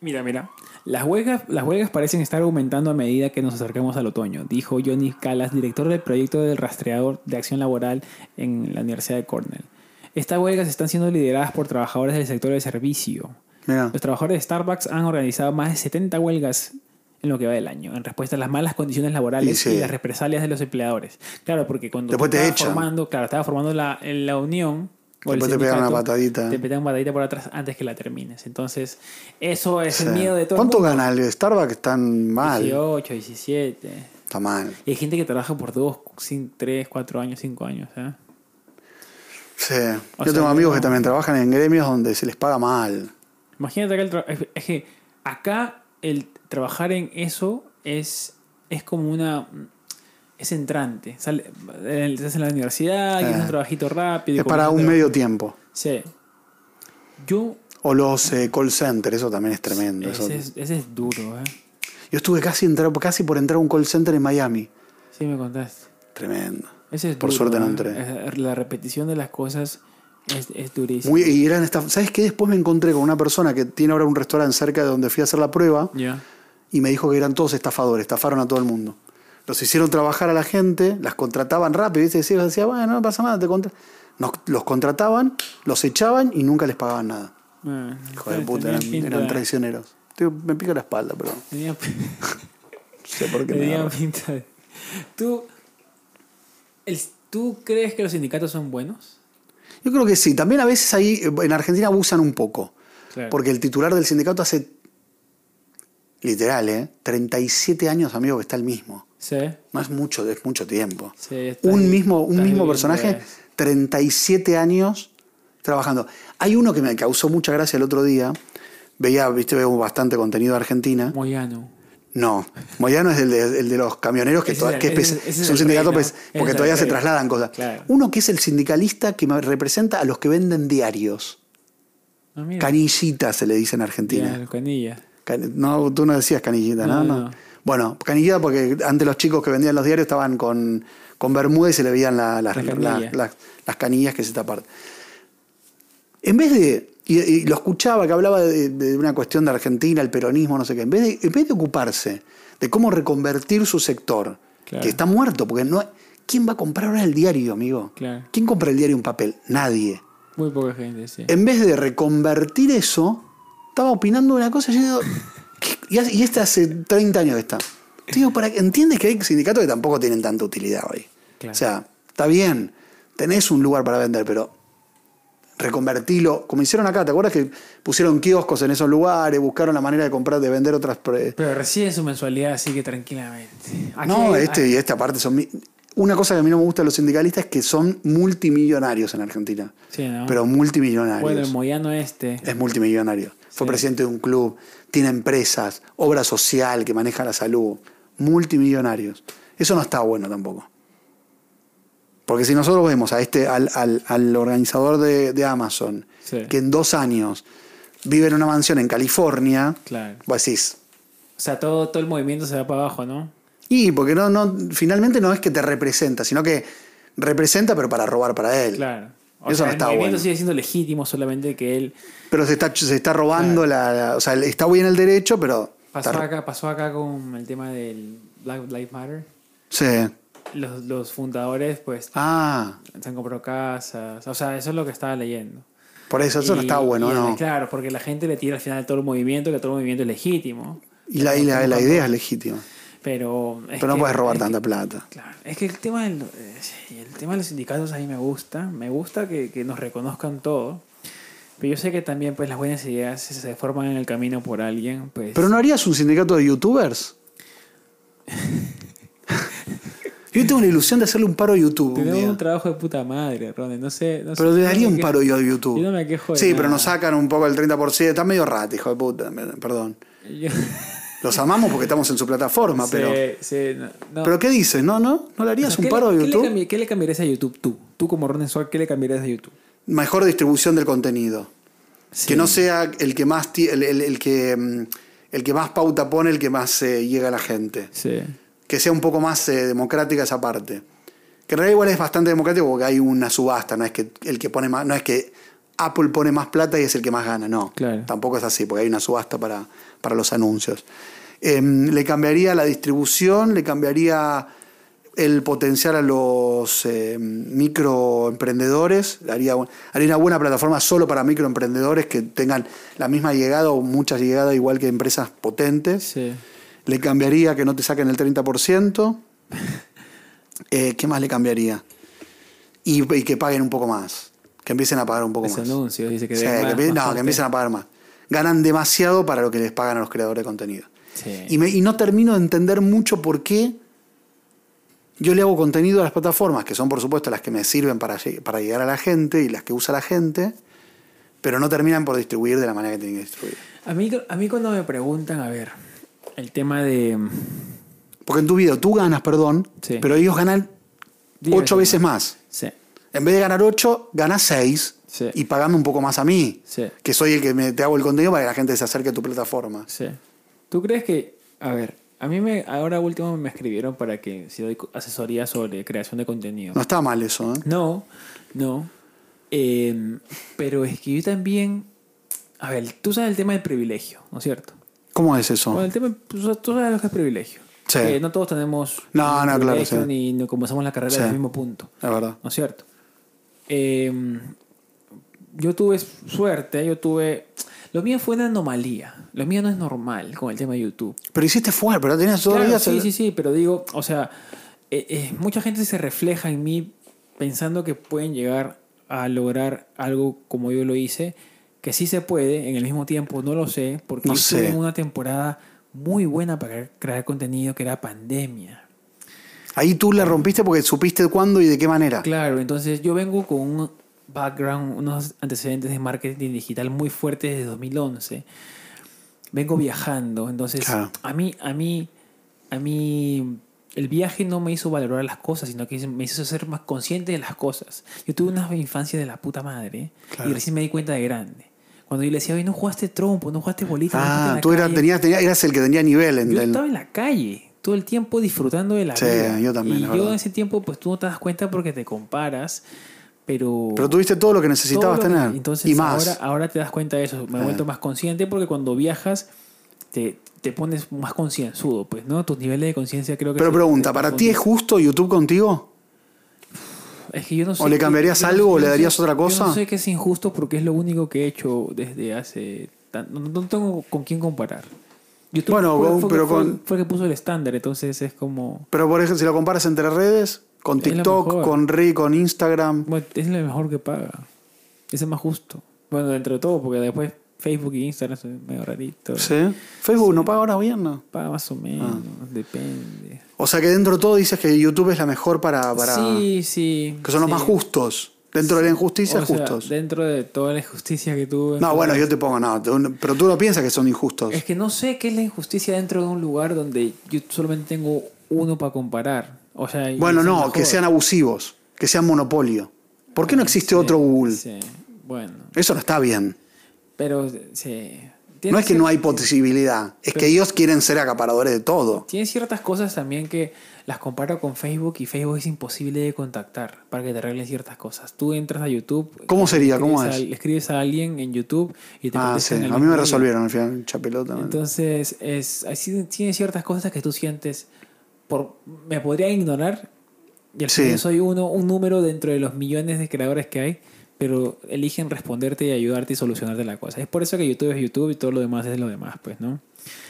S1: Mira, mira. Las huelgas, las huelgas parecen estar aumentando a medida que nos acercamos al otoño, dijo Johnny Calas, director del proyecto del rastreador de acción laboral en la Universidad de Cornell. Estas huelgas están siendo lideradas por trabajadores del sector de servicio. *laughs*
S2: Mirá.
S1: Los trabajadores de Starbucks han organizado más de 70 huelgas en lo que va del año, en respuesta a las malas condiciones laborales
S2: Y sí.
S1: y las represalias de los empleadores. Claro, porque cuando
S2: Después te
S1: estaba
S2: echan.
S1: formando, claro, estaba formando la, la unión. o el
S2: Después te pegan
S1: sindicato,
S2: una patadita.
S1: Te pegan una patadita por atrás antes que la termines. Entonces, eso es
S2: Sí.
S1: el miedo de todo.
S2: ¿Cuánto
S1: el mundo.
S2: gana el Starbucks? Tan mal.
S1: 18, 17.
S2: Está mal.
S1: Y hay gente que trabaja por 2, 3, 4 años, 5 años. ¿eh?
S2: Sí.
S1: O
S2: Yo
S1: sea,
S2: tengo amigos que
S1: no.
S2: también trabajan en gremios donde se les paga mal.
S1: Imagínate acá el tra- es- es que acá el trabajar en eso es, es como una es entrante. Sale, eh, estás en la universidad, y es un
S2: Eh.
S1: trabajito rápido. y
S2: Es para
S1: comienzas
S2: un
S1: a
S2: medio tiempo.
S1: trabajar. Sí. Yo
S2: O los eh, call centers, eso también es tremendo. eso-
S1: ese es, ese es duro, eh.
S2: Yo estuve casi, entrar, casi por entrar a un call center en Miami.
S1: Sí me contaste.
S2: Tremendo.
S1: Ese es
S2: Por
S1: duro,
S2: suerte no
S1: ¿eh?
S2: entré.
S1: Es- La repetición de las cosas es, es durísima.
S2: Muy, y eran estas- ¿Sabes qué? Después me encontré con una persona que tiene ahora un restaurante cerca de donde fui a hacer la prueba
S1: Ya.
S2: y me dijo que eran todos estafadores, estafaron a todo el mundo. Los hicieron trabajar a la gente, las contrataban rápido, ¿viste? Decía, decía, bueno, no pasa nada, te contra-". Nos- los contrataban, los echaban y nunca les pagaban nada.
S1: Ah,
S2: Hijo de
S1: entonces
S2: puta,
S1: tenían
S2: eran,
S1: pinta-
S2: eran traicioneros. Tío, me pica la espalda, pero no
S1: tenían-
S2: sé por qué me
S1: Tenían
S2: agarra.
S1: pinta de- ¿Tú, el- ¿Tú crees que los sindicatos son buenos?
S2: Yo creo que sí. También a veces ahí, eh, en Argentina abusan un poco.
S1: Claro.
S2: Porque el titular del sindicato hace, literal, ¿eh? 37 años, amigo, que está el mismo.
S1: Sí,
S2: No es mucho, es mucho tiempo.
S1: sí, está
S2: un
S1: ahí,
S2: mismo,
S1: está
S2: un mismo
S1: bien,
S2: personaje,
S1: pues.
S2: 37 años trabajando. Hay uno que me causó mucha gracia el otro día. Veía, viste, veo bastante contenido de Argentina.
S1: Moyano.
S2: No, Moyano es el de, el de los camioneros, que,
S1: Ese
S2: toda-
S1: es el-
S2: que es, pes-
S1: ese es- ese es
S2: es
S1: el
S2: un sindicato,
S1: rey, ¿no?
S2: pues,
S1: Ese es
S2: porque
S1: el
S2: todavía se
S1: rey.
S2: trasladan cosas.
S1: Claro.
S2: Uno que es el sindicalista que me representa a los que venden diarios.
S1: Ah, mira.
S2: Canillita se le dice en Argentina.
S1: Ya, el Canilla.
S2: Can- No, tú no decías canillita, ¿no?
S1: No,
S2: No.
S1: no.
S2: Bueno, canillita porque antes los chicos que vendían los diarios estaban con, con bermuda y se le veían la- las,
S1: La
S2: la-
S1: canilla.
S2: las- las canillas que se tapaban. En vez de, y, y lo escuchaba que hablaba de, de una cuestión de Argentina, el peronismo, no sé qué, en vez de, en vez de ocuparse de cómo reconvertir su sector,
S1: Claro.
S2: que está muerto, porque no... ¿Quién va a comprar ahora el diario, amigo?
S1: Claro.
S2: ¿Quién compra el diario en papel? Nadie
S1: Muy poca gente, sí.
S2: en vez de reconvertir eso, estaba opinando una cosa y yo digo, ¿qué? y, hace- y este hace 30 años que está. Te Digo, para, ¿entiendes que hay sindicatos que tampoco tienen tanta utilidad hoy?
S1: Claro.
S2: O sea, está bien, tenés un lugar para vender, pero reconvertilo, como hicieron acá, ¿te acuerdas que pusieron kioscos en esos lugares, buscaron la manera de comprar, de vender otras... pre-
S1: Pero recibe su mensualidad, así que tranquilamente. Aquí-
S2: no, este y esta parte son... mi- Una cosa que a mí no me gusta de los sindicalistas es que son multimillonarios en Argentina.
S1: Ah, Sí, ¿no?
S2: Pero multimillonarios.
S1: bueno, el Moyano este.
S2: Es multimillonario. Fue
S1: Sí.
S2: presidente de un club, tiene empresas, obra social que maneja la salud. Multimillonarios. Eso no está bueno tampoco. Porque si nosotros vemos a este, al, al- al organizador de, de Amazon,
S1: Sí.
S2: que en dos años vive en una mansión en California,
S1: Claro.
S2: vos decís,
S1: O sea, todo, todo el movimiento se va para abajo, ¿no?
S2: y porque no, no, finalmente no es que te representa, sino que representa, pero para robar para él.
S1: Claro. O
S2: Eso
S1: sea,
S2: no está
S1: el movimiento
S2: bueno.
S1: sigue siendo legítimo, solamente que él
S2: Pero se está, se está robando la, la- O sea, está bien el derecho, pero.
S1: pasó
S2: está-
S1: acá, pasó acá con el tema del Black Lives Matter.
S2: Sí.
S1: Los, los fundadores, pues,
S2: Ah.
S1: se han comprado casas. O sea, eso es lo que estaba leyendo.
S2: Por eso, eso no
S1: Y-
S2: está bueno,
S1: y-
S2: ¿no?
S1: Claro, porque la gente le tira al final todo el movimiento, que todo el movimiento es legítimo.
S2: Y la, y la- la idea es legítima.
S1: Pero. es
S2: Pero no
S1: que-
S2: puedes robar
S1: es
S2: tanta
S1: que-
S2: plata.
S1: Claro, es que el tema, del- eh, sí, el tema de los sindicatos a mí me gusta, me gusta que, que nos reconozcan todo, pero yo sé que también pues las buenas ideas si se forman en el camino por alguien, pues
S2: ¿Pero no harías un sindicato de
S1: *laughs*
S2: youtubers? Yo tengo la ilusión de hacerle un paro a YouTube. un
S1: tenemos
S2: día.
S1: un trabajo de puta madre, Ronnie, no sé, no
S2: Pero
S1: sé, yo
S2: le
S1: no
S2: daría
S1: me
S2: un
S1: quejo-
S2: paro yo a YouTube.
S1: Yo no me quejo de
S2: sí, pero
S1: nada.
S2: nos sacan un poco el 30%. Está medio rata, hijo de puta. Perdón.
S1: *laughs* Yo-
S2: Los amamos porque estamos en su plataforma,
S1: Sí,
S2: pero.
S1: sí, no, no.
S2: ¿Pero qué dices? ¿No, no? ¿No le
S1: O sea,
S2: harías
S1: ¿qué
S2: un
S1: le-
S2: paro a
S1: qué le
S2: YouTube?
S1: cambi- ¿Qué le cambiarías a YouTube tú? Tú como Ronnie Suárez, ¿qué le cambiarías a YouTube?
S2: Mejor distribución del contenido.
S1: Sí.
S2: Que no sea el que más ti- el, el- el que mm, el que más pauta pone, el que más eh, llega a la gente.
S1: Sí.
S2: Que sea un poco más eh, democrática esa parte. Que en realidad igual es bastante democrático porque hay una subasta, no es que el que pone más, no es que Apple pone más plata y es el que más gana, no.
S1: Claro.
S2: Tampoco es así, porque hay una subasta para, para los anuncios. Em, le cambiaría la distribución, le cambiaría el potenciar a los eh, microemprendedores, haría, un- haría una buena plataforma solo para microemprendedores que tengan la misma llegada o muchas llegadas igual que empresas potentes.
S1: Sí.
S2: Le cambiaría que no te saquen
S1: *laughs*
S2: el 30%. Eh, ¿Qué más le cambiaría? Y, y que paguen un poco más. Que empiecen a pagar un poco
S1: Los
S2: más.
S1: anuncios, dice que...
S2: Sí,
S1: debe
S2: que
S1: más-
S2: empie-
S1: más
S2: no, que
S1: gente.
S2: empiecen a pagar más. Ganan demasiado para lo que les pagan a los creadores de contenido.
S1: Sí.
S2: Y, me- y no termino de entender mucho por qué yo le hago contenido a las plataformas, que son por supuesto las que me sirven para, lleg- para llegar a la gente y las que usa la gente, pero no terminan por distribuir de la manera que tienen que distribuir.
S1: A mí, a mí cuando me preguntan, a ver, el tema de...
S2: Porque en tu video tú ganas, perdón,
S1: Sí.
S2: pero ellos ganan
S1: Diez
S2: ocho
S1: veces
S2: veces más.
S1: Sí,
S2: En vez de ganar ocho, ganas seis
S1: Sí.
S2: y pagame un poco más a mí,
S1: sí,
S2: que soy el que me, te hago el contenido para que la gente se acerque a tu plataforma.
S1: sí. ¿Tú crees que... A ver, a mí me, ahora último me escribieron para que si doy asesoría sobre creación de contenido.
S2: No está mal eso, ¿eh?
S1: No, no. Eh, pero es que yo también... A ver, tú sabes el tema del privilegio, ¿no es cierto?
S2: ¿Cómo es eso?
S1: Bueno, el tema, tú sabes tú sabes lo que es privilegio.
S2: Sí.
S1: Que no todos tenemos
S2: No,
S1: ningún
S2: no, claro,
S1: privilegio
S2: sí.
S1: ni, ni comenzamos la carrera
S2: Sí.
S1: del mismo punto.
S2: La verdad.
S1: ¿no es cierto? Eh, yo tuve suerte, yo tuve... Lo mío fue una anomalía, lo mío no es normal con el tema de YouTube.
S2: Pero hiciste fuerte, pero tenías todo el
S1: Claro,
S2: día.
S1: sí, sí, sí, pero digo, o sea, eh, eh, mucha gente se refleja en mí pensando que pueden llegar a lograr algo como yo lo hice, que sí se puede, en el mismo tiempo no lo sé, porque
S2: No
S1: yo estuve
S2: sé.
S1: en una temporada muy buena para crear contenido que era pandemia.
S2: Ahí tú la rompiste porque supiste cuándo y de qué manera.
S1: Claro, entonces yo vengo con un background, unos antecedentes de marketing digital muy fuertes desde 2011. Vengo viajando, entonces
S2: Claro.
S1: a mí, a mí, a mí, el viaje no me hizo valorar las cosas, sino que me hizo ser más consciente de las cosas. Yo tuve una infancia de la puta madre
S2: Claro.
S1: y recién me di cuenta de grande. Cuando yo le decía, oye, no jugaste trompo, no jugaste bolita. no jugaste en
S2: Ah,
S1: la
S2: tú eras,
S1: calle".
S2: tenías, tenías- eras el que tenía nivel. En
S1: Yo
S2: el-
S1: estaba en la calle todo el tiempo disfrutando de la
S2: Sí,
S1: vida.
S2: yo también,
S1: Y
S2: es
S1: yo
S2: verdad.
S1: en ese tiempo, pues tú no te das cuenta porque te comparas, pero.
S2: Pero tuviste todo lo que
S1: todo lo
S2: necesitabas
S1: que-
S2: tener.
S1: Entonces,
S2: y más.
S1: Ahora, ah, ahora te das cuenta de eso. Me he
S2: Ah.
S1: vuelto más consciente porque cuando viajas te, te pones más concienzudo, pues, ¿no? Tus niveles de conciencia creo que.
S2: pero
S1: se-
S2: pregunta,
S1: se
S2: ¿para ti es
S1: profundizan.
S2: justo YouTube contigo?
S1: Es que yo no sé
S2: le
S1: qué-
S2: cambiarías
S1: yo no
S2: algo
S1: sé-
S2: o
S1: yo
S2: le
S1: no
S2: darías
S1: sé-
S2: otra
S1: Yo
S2: cosa?
S1: no sé que es injusto porque es lo único que he hecho desde hace. tan- no, no tengo con quién comparar. YouTube
S2: Bueno,
S1: fue- fue-
S2: pero
S1: fue-
S2: con-
S1: fue el que puso el estándar, entonces es como.
S2: Pero por ejemplo, si lo comparas entre redes, con
S1: Es lo
S2: TikTok,
S1: mejor.
S2: con Ri, con Instagram.
S1: Bueno, es lo mejor que paga. Ese es más justo. Bueno, dentro de todo, porque después Facebook y Instagram son medio raritos.
S2: ¿Sí? Ah. Facebook no paga ahora bien, ¿no?
S1: Paga más o menos, depende.
S2: O sea que dentro de todo dices que YouTube es la mejor para. Ah, para
S1: Sí, sí.
S2: que son los
S1: sí.
S2: más justos. Dentro de la injusticia,
S1: O sea,
S2: justos.
S1: Dentro de toda la injusticia que tuve.
S2: No, bueno, yo te pongo, no. tú- Pero tú no piensas que son injustos.
S1: Es que no sé qué es la injusticia dentro de un lugar donde yo solamente tengo uno para comparar. O sea, y
S2: Bueno,
S1: es el
S2: no,
S1: mejor.
S2: que sean abusivos, que sean monopolio. ¿Por qué no existe otro Google?
S1: Sí, bueno.
S2: Eso no está bien.
S1: Pero, sí.
S2: No
S1: Tiene
S2: es que no hay
S1: cier-
S2: posibilidad, es que ellos quieren ser acaparadores de todo.
S1: Tiene ciertas cosas también que las comparo con Facebook y Facebook es imposible de contactar para que te arreglen ciertas cosas. Tú entras a YouTube.
S2: ¿Cómo sería? ¿Cómo
S1: escribes
S2: es?
S1: a- escribes a alguien en YouTube y te
S2: Ah, sí,
S1: contestan el
S2: a mí me
S1: mismo día.
S2: resolvieron al final, chapelota. man.
S1: Entonces, es, así tiene ciertas cosas que tú sientes, por, me podría ignorar, y al
S2: Sí.
S1: final soy uno, un número dentro de los millones de creadores que hay, pero eligen responderte y ayudarte y solucionarte la cosa. Es por eso que YouTube es YouTube y todo lo demás es lo demás, pues, ¿no?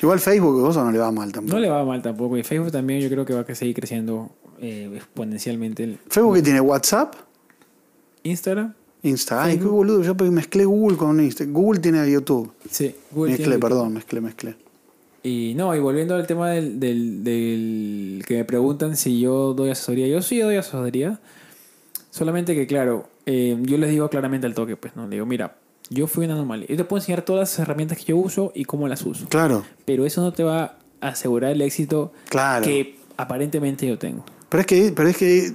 S2: Igual Facebook, vos no le va mal tampoco.
S1: No le va mal tampoco, y Facebook también yo creo que va a seguir creciendo eh, exponencialmente. El
S2: Facebook que tiene WhatsApp,
S1: Instagram,
S2: Insta. Ay, qué boludo, yo mezclé Google con Insta. Google tiene YouTube.
S1: sí, Google tiene
S2: mezclé,
S1: YouTube.
S2: perdón, mezclé, mezclé.
S1: Y no, y volviendo al tema del, del, del que me preguntan si yo doy asesoría, yo sí doy asesoría, solamente que claro, eh, yo les digo claramente al toque, pues no, le digo, mira, yo fui una anomalía, yo te puedo enseñar todas las herramientas que yo uso y cómo las uso,
S2: Claro,
S1: pero eso no te va a asegurar el éxito
S2: claro.
S1: que aparentemente yo tengo.
S2: Pero es que, pero es que,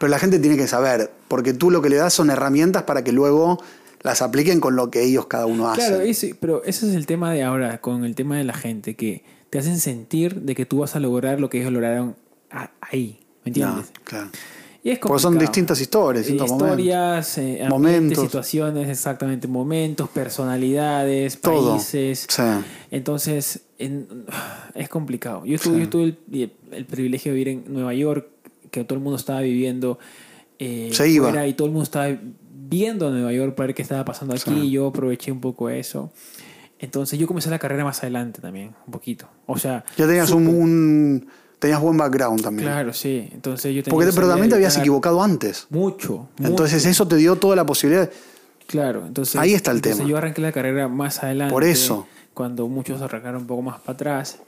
S2: pero la gente tiene que saber, porque tú lo que le das son herramientas para que luego las apliquen con lo que ellos cada uno hace.
S1: Claro, ese- pero ese es el tema de ahora, con el tema de la gente, que te hacen sentir de que tú vas a lograr lo que ellos lograron a- ahí, ¿me
S2: No,
S1: entiendes?
S2: claro.
S1: Y es
S2: Porque son
S1: complicado.
S2: distintas historias, distintos momentos.
S1: historias, eh, ambientes,
S2: Momentos.
S1: situaciones, exactamente, momentos, personalidades,
S2: Todo.
S1: países.
S2: Sí.
S1: Entonces, en- es complicado. Yo tuve,
S2: Sí.
S1: yo tuve el, el privilegio de vivir en Nueva York, que todo el mundo estaba viviendo. eh,
S2: Se iba.
S1: fuera, y todo el mundo estaba viendo Nueva York para ver qué estaba pasando aquí.
S2: Sí.
S1: Y yo aproveché un poco eso. Entonces, yo comencé la carrera más adelante también, un poquito. O sea,
S2: Ya tenías un, un- tenías buen background también.
S1: claro, sí. Entonces, yo tenía
S2: Porque
S1: que
S2: te- pero
S1: saber
S2: también te habías
S1: evitar
S2: equivocado antes.
S1: Mucho, mucho.
S2: Entonces eso te dio toda la posibilidad.
S1: Claro, entonces.
S2: Ahí está el
S1: entonces
S2: tema.
S1: Yo arranqué la carrera más adelante.
S2: Por eso.
S1: Cuando muchos arrancaron un poco más para atrás.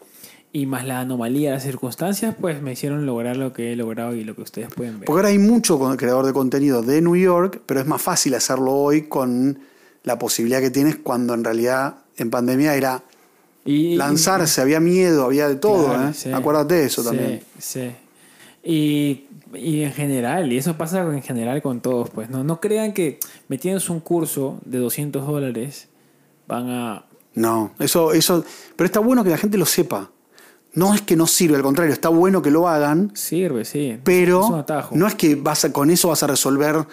S1: Y más la anomalía, las circunstancias, pues me hicieron lograr lo que he logrado y lo que ustedes pueden ver.
S2: Porque ahora hay mucho con- creador de contenido de New York, pero es más fácil hacerlo hoy con la posibilidad que tienes cuando en realidad en pandemia era
S1: y,
S2: lanzarse, había miedo, había de todo.
S1: Claro,
S2: ¿eh?
S1: sí.
S2: Acuérdate de eso
S1: Sí,
S2: también.
S1: Sí. Y, y en general, y eso pasa en general con todos, pues no, no crean que metiéndose un curso de 200 dólares van a.
S2: No, eso, eso. Pero está bueno que la gente lo sepa. No es que no sirve, al contrario, está bueno que lo hagan,
S1: Sirve, sí.
S2: pero
S1: es un atajo.
S2: no es que vas a- con eso vas a resolver.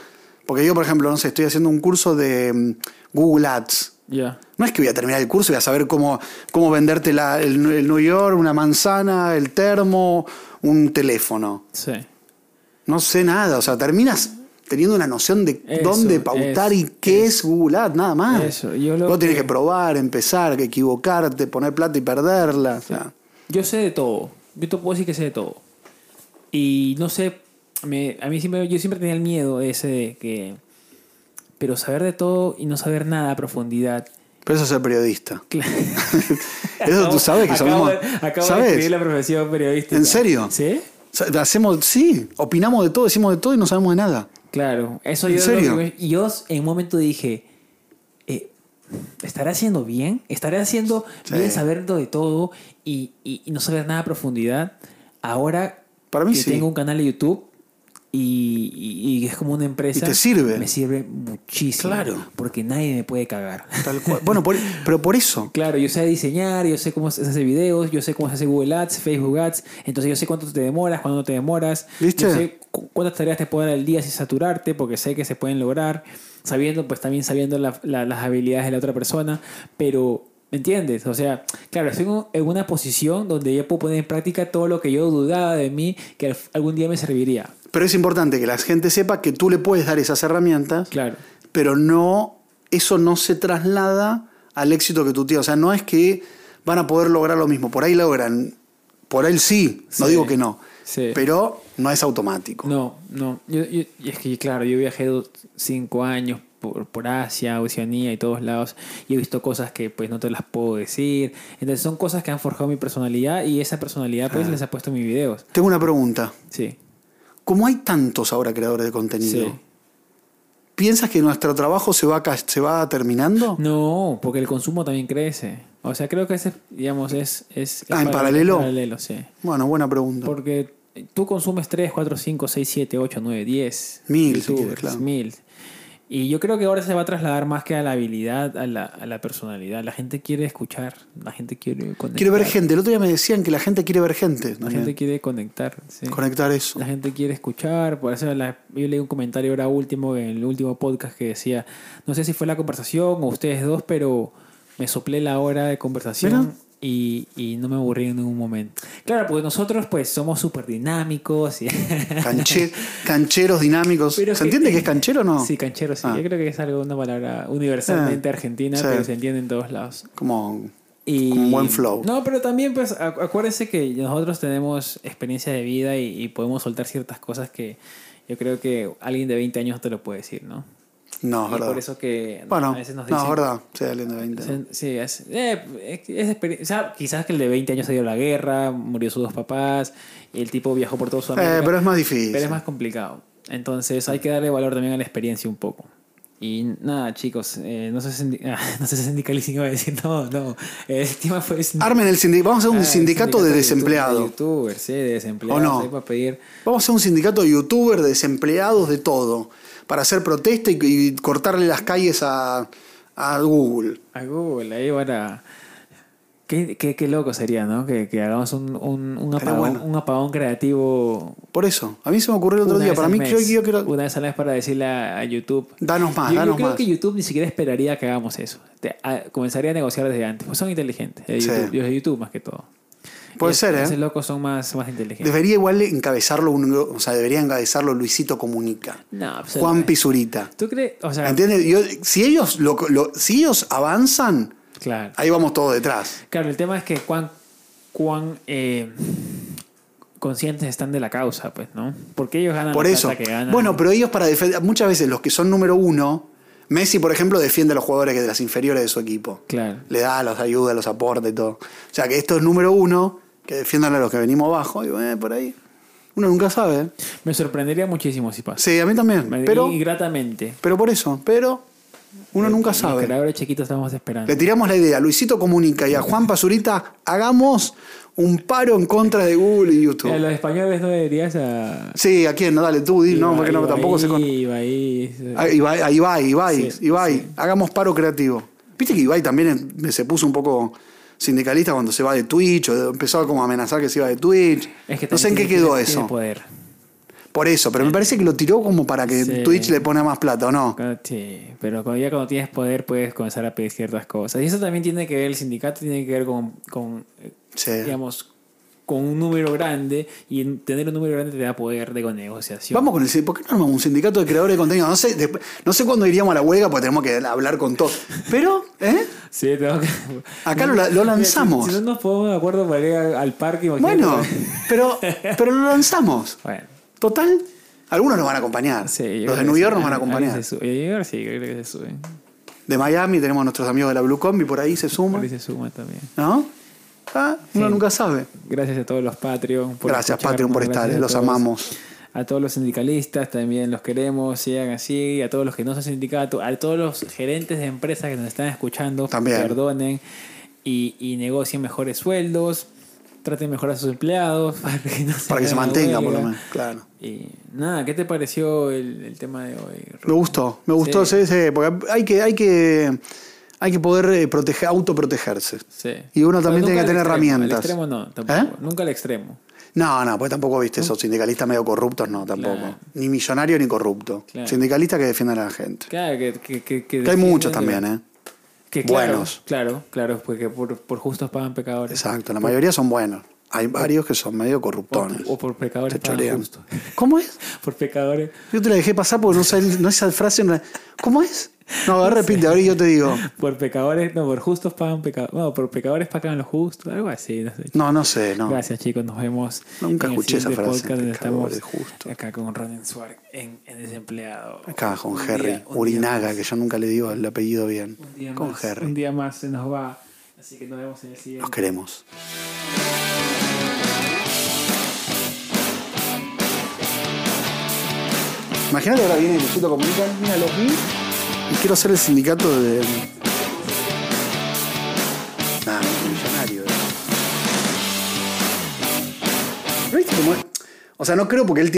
S2: Porque yo, por ejemplo, no sé, estoy haciendo un curso de mm, Google Ads.
S1: Ya.
S2: No es que voy a terminar el curso y voy a saber cómo, cómo venderte la- el, el New York, una manzana, el termo, un teléfono.
S1: Sí.
S2: No sé nada. O sea, terminas teniendo una noción de
S1: Eso,
S2: dónde pautar y
S1: eso,
S2: qué es Google Ads, nada más.
S1: Eso, yo lo
S2: Vos tenés
S1: que-
S2: que probar, empezar, equivocarte, poner plata y perderla. o sea.
S1: Yo sé de todo. Yo te puedo decir que sé de todo. Y no sé, me- a mí siempre, yo siempre tenía el miedo ese de que... Pero saber de todo y no saber nada a profundidad.
S2: Pero eso es ser periodista. *laughs*
S1: *laughs* Claro.
S2: Eso tú sabes que
S1: Acabo-
S2: somos.
S1: Acabo, de
S2: ¿Sabes?
S1: escribir la profesión periodística.
S2: ¿En serio?
S1: ¿Sí?
S2: Sa- Hacemos, sí, opinamos de todo, decimos de todo y no sabemos de nada.
S1: Claro. Eso
S2: ¿En
S1: yo... lo
S2: serio?
S1: que- y yo en un momento dije... eh, ¿Estaré haciendo bien? ¿Estaré haciendo
S2: Sí.
S1: bien saber de todo y, y- y no saber nada a profundidad? Ahora
S2: Para mí
S1: que
S2: sí.
S1: tengo un canal de YouTube y, y- y es como una empresa.
S2: Y te sirve.
S1: Me sirve muchísimo.
S2: Claro.
S1: Porque nadie me puede cagar.
S2: Tal cual. Bueno, por- pero por eso.
S1: Claro, yo sé diseñar, yo sé cómo se hace videos, yo sé cómo se hace Google Ads, Facebook Ads, entonces yo sé cuánto te demoras, cuándo no te demoras,
S2: ¿Viste?
S1: yo sé cu- cuántas tareas te puedo dar al día sin saturarte, porque sé que se pueden lograr, sabiendo, pues también sabiendo la- la- las habilidades de la otra persona, pero, ¿me entiendes? O sea, claro, estoy en un- en una posición donde yo puedo poner en práctica todo lo que yo dudaba de mí, que al- algún día me serviría,
S2: Pero es importante que la gente sepa que tú le puedes dar esas herramientas,
S1: claro.
S2: pero no, eso no se traslada al éxito que tú tienes. O sea, no es que van a poder lograr lo mismo. Por ahí logran, por ahí sí, no
S1: Sí.
S2: digo que no,
S1: Sí.
S2: pero no es automático.
S1: No, no. Yo, yo- y es que, claro, yo viajé dos- cinco años por, por Asia, Oceanía y todos lados. Y he visto cosas que pues no te las puedo decir. Entonces son cosas que han forjado mi personalidad y esa personalidad pues les ha puesto en mis videos.
S2: Tengo una pregunta.
S1: Sí.
S2: Como hay tantos ahora creadores de contenido,
S1: Sí.
S2: ¿piensas que nuestro trabajo se va, ca- se va terminando?
S1: No, porque el consumo también crece. O sea, creo que ese, digamos, es... es es
S2: Ah, ¿en
S1: para-
S2: paralelo?
S1: paralelo, sí.
S2: Bueno, buena pregunta.
S1: Porque tú consumes 3, 4, 5, 6, 7, 8, 9, 10.
S2: Mil, si
S1: youtubers,
S2: quieres, claro.
S1: Mil. Y yo creo que ahora se va a trasladar más que a la habilidad, a la, a la personalidad. La gente quiere escuchar, la gente quiere conectar.
S2: Quiere ver gente. El otro día me decían que la gente quiere ver gente.
S1: La
S2: también.
S1: gente quiere conectar. sí.
S2: Conectar eso.
S1: La gente quiere escuchar, por eso la- yo leí un comentario ahora último en el último podcast que decía, no sé si fue la conversación o ustedes dos, pero me soplé la hora de
S2: Mira.
S1: conversación y, y no me aburrí en ningún momento. Claro, pues nosotros pues somos súper dinámicos. Y
S2: Canche- cancheros dinámicos.
S1: Pero
S2: ¿Se
S1: que-
S2: entiende que es canchero o no?
S1: *laughs* Sí, canchero, sí.
S2: Ah.
S1: Yo creo que es algo, una palabra universalmente
S2: Eh,
S1: argentina,
S2: sí.
S1: pero se entiende en todos lados.
S2: Como
S1: Y,
S2: Con buen flow.
S1: No, pero también, pues, acu- acuérdense que nosotros tenemos experiencia de vida y, y podemos soltar ciertas cosas que yo creo que alguien de 20 años no te lo puede decir, ¿no?
S2: No, es
S1: Y
S2: verdad.
S1: por eso que
S2: bueno,
S1: a veces nos
S2: no,
S1: dicen...
S2: es verdad. Sí, alguien de 20.
S1: se- Sí, es, eh, es, es experien- o sea, quizás que el de 20 años se dio a la guerra, murió sus dos papás, y el tipo viajó por todo su
S2: Eh, pero es más difícil.
S1: pero es más complicado. Entonces hay que darle valor también a la experiencia un poco. Y nada, chicos, eh, no se, sindi- ah, *laughs* no se sindicalicen, iba a decir, no, no. El tema fue... sin-
S2: Armen el sindicato. Vamos a hacer
S1: ah,
S2: un
S1: el
S2: sindicato, de
S1: youtu-
S2: desempleados.
S1: youtubers, sí, de desempleados.
S2: ¿O no?
S1: ahí para pedir...
S2: Vamos a hacer un sindicato de youtubers, de desempleados, de todo. Para hacer protesta y, y cortarle las calles a, a Google.
S1: A Google, ahí para. Qué, qué, qué loco sería, ¿no? Que, que hagamos un, un, un
S2: Estaría
S1: apagón,
S2: bueno.
S1: un apagón creativo.
S2: Por eso. A mí se me ocurrió el otro
S1: una
S2: día.
S1: vez
S2: Para
S1: al
S2: mí,
S1: mes.
S2: creo que yo quiero.
S1: Una vez al mes para decirle a, a YouTube.
S2: Danos más,
S1: yo, yo
S2: danos
S1: creo
S2: más.
S1: que YouTube ni siquiera esperaría que hagamos eso. Te- a- comenzaría a negociar desde antes. Pues son inteligentes. de
S2: Sí.
S1: YouTube, Los de YouTube, más que todo.
S2: Puede
S1: Y
S2: ser, ¿eh?
S1: Esos locos son más, más inteligentes.
S2: Debería igual encabezarlo, un- o sea, debería encabezarlo Luisito Comunica.
S1: No, pues,
S2: Juan Pizurita.
S1: ¿Tú crees? O sea,
S2: ¿Entiendes? Yo- si, ellos lo- lo- si ellos avanzan,
S1: claro.
S2: ahí vamos todos detrás.
S1: Claro, el tema es que cuán, cuán eh, conscientes están de la causa, pues, ¿no? Porque ellos ganan
S2: Por
S1: la
S2: eso.
S1: plata que ganan.
S2: Bueno, pero ellos para defender. Muchas veces los que son número uno. Messi, por ejemplo, defiende a los jugadores que de las inferiores de su equipo.
S1: Claro.
S2: Le da, los ayuda, los aporta y todo. O sea, que estos número uno, que defiendan a los que venimos abajo, digo, eh, por ahí. Uno nunca sabe. ¿eh?
S1: Me sorprendería muchísimo si pasa.
S2: Sí, a mí también.
S1: Me-
S2: Pero,
S1: y gratamente.
S2: pero por eso. Pero uno nunca
S1: Los
S2: sabe.
S1: creadores chiquitos estamos esperando.
S2: Le tiramos la idea, Luisito Comunica y a Juan Pasurita, hagamos un paro en contra de Google y
S1: A
S2: YouTube.
S1: los españoles no deberías a...
S2: Sí, ¿a quién? No, dale tú, di, no, porque no, tampoco se conoce. A Ibai, a Ibai, Ibai,
S1: Sí,
S2: Ibai, hagamos paro creativo. Viste que Ibai también em- se puso un poco sindicalista cuando se va de Twitch, o empezó como a amenazar que se iba de Twitch. no sé en qué quedó eso.
S1: poder.
S2: Por eso, pero me parece que lo tiró como para que
S1: Sí.
S2: Twitch le ponga más plata, ¿o no?
S1: Cuando- Ah, Sí, pero cuando- ya cuando tienes poder puedes comenzar a pedir ciertas cosas. Y eso también tiene que ver, el sindicato tiene que ver con, con eh,
S2: Sí.
S1: digamos, con un número grande y en- tener un número grande te da poder de negociación.
S2: Vamos con el sin- ¿Por qué no armamos un sindicato de creadores de contenido? No sé, después- no sé cuándo iríamos a la huelga porque tenemos que hablar con todos. Pero, ¿eh?
S1: Sí, tengo que-
S2: Acá lo- lo
S1: *laughs* Mira,
S2: lanzamos.
S1: Si, si no nos ponemos de acuerdo para ir a- al parque, imagínate. *laughs*
S2: Bueno, pero, pero lo lanzamos.
S1: Bueno,
S2: Total, algunos nos van a acompañar.
S1: sí, yo creo
S2: Los de
S1: que
S2: New
S1: sí.
S2: York nos van a
S1: Ah,
S2: acompañar.
S1: ahí se sube. Yo creo que sí, yo creo que se suben.
S2: De Miami tenemos a nuestros amigos de la Blue Combi, por ahí se
S1: Ahí
S2: suman.
S1: se suma también.
S2: ¿No? Ah, uno
S1: Sí.
S2: nunca sabe.
S1: Gracias a todos los Patreon. por
S2: Gracias,
S1: escucharnos,
S2: Patreon, por estar, eh,
S1: gracias a
S2: los
S1: todos-
S2: amamos.
S1: A todos los sindicalistas también los queremos, sigan así. A todos los que no son sindicatos, a todos los gerentes de empresas que nos están escuchando,
S2: También.
S1: perdonen y, y negocien mejores sueldos. Traten mejor a sus empleados *laughs* para que, no
S2: Para que se
S1: hagan
S2: mantenga, por lo
S1: huelga.
S2: menos. Claro.
S1: Y nada, ¿qué te pareció el, el tema de hoy?
S2: Me gustó, me gustó
S1: Sí.
S2: ese, porque hay que, hay que, hay que poder eh, proteger, autoprotegerse.
S1: Sí.
S2: Y uno
S1: Pero nunca
S2: también tiene que
S1: al
S2: tener
S1: extremo,
S2: herramientas.
S1: Al extremo no, tampoco.
S2: ¿Eh?
S1: Nunca al extremo.
S2: No, no, pues tampoco viste esos sindicalistas medio corruptos, no, tampoco.
S1: Claro.
S2: Ni millonario ni corrupto.
S1: Claro.
S2: Sindicalistas que defienden a la gente.
S1: Claro, que, que, que,
S2: Que hay muchos también, ¿eh?
S1: Que claro,
S2: Buenos.
S1: Claro, claro, porque por, por justos pagan pecadores.
S2: Exacto, la mayoría son buenos. Hay varios que son medio corruptones.
S1: O por pecadores
S2: Te
S1: pagan
S2: chorean.
S1: justos.
S2: ¿Cómo es?
S1: *laughs* Por pecadores.
S2: Yo te la dejé pasar porque no sé, no esa frase. no la- ¿Cómo es? No, ahora repite, ahora yo te digo.
S1: Por pecadores, no, por justos pagan pecadores. No, por pecadores pagan los justos, algo así. No sé.
S2: No, no sé, no.
S1: Gracias, chicos. Nos vemos.
S2: Nunca
S1: en el
S2: escuché esa
S1: siguiente
S2: frase,
S1: podcast donde
S2: pecadores
S1: estamos
S2: justos.
S1: acá con Ronen Swark en, en Desempleado.
S2: Acá con
S1: Un
S2: Henry.
S1: día- un
S2: Urinaga,
S1: día
S2: que yo nunca le digo el apellido bien.
S1: más, un día
S2: Con
S1: más, Un
S2: Henry.
S1: día más se nos va. Así que nos vemos en el siguiente.
S2: Los queremos. Imagínate ahora viene el Instituto Comunican, mira, los vi y quiero ser el sindicato de... Nah, un millonario. eh. ¿No viste cómo es? O sea, no creo porque él tiene...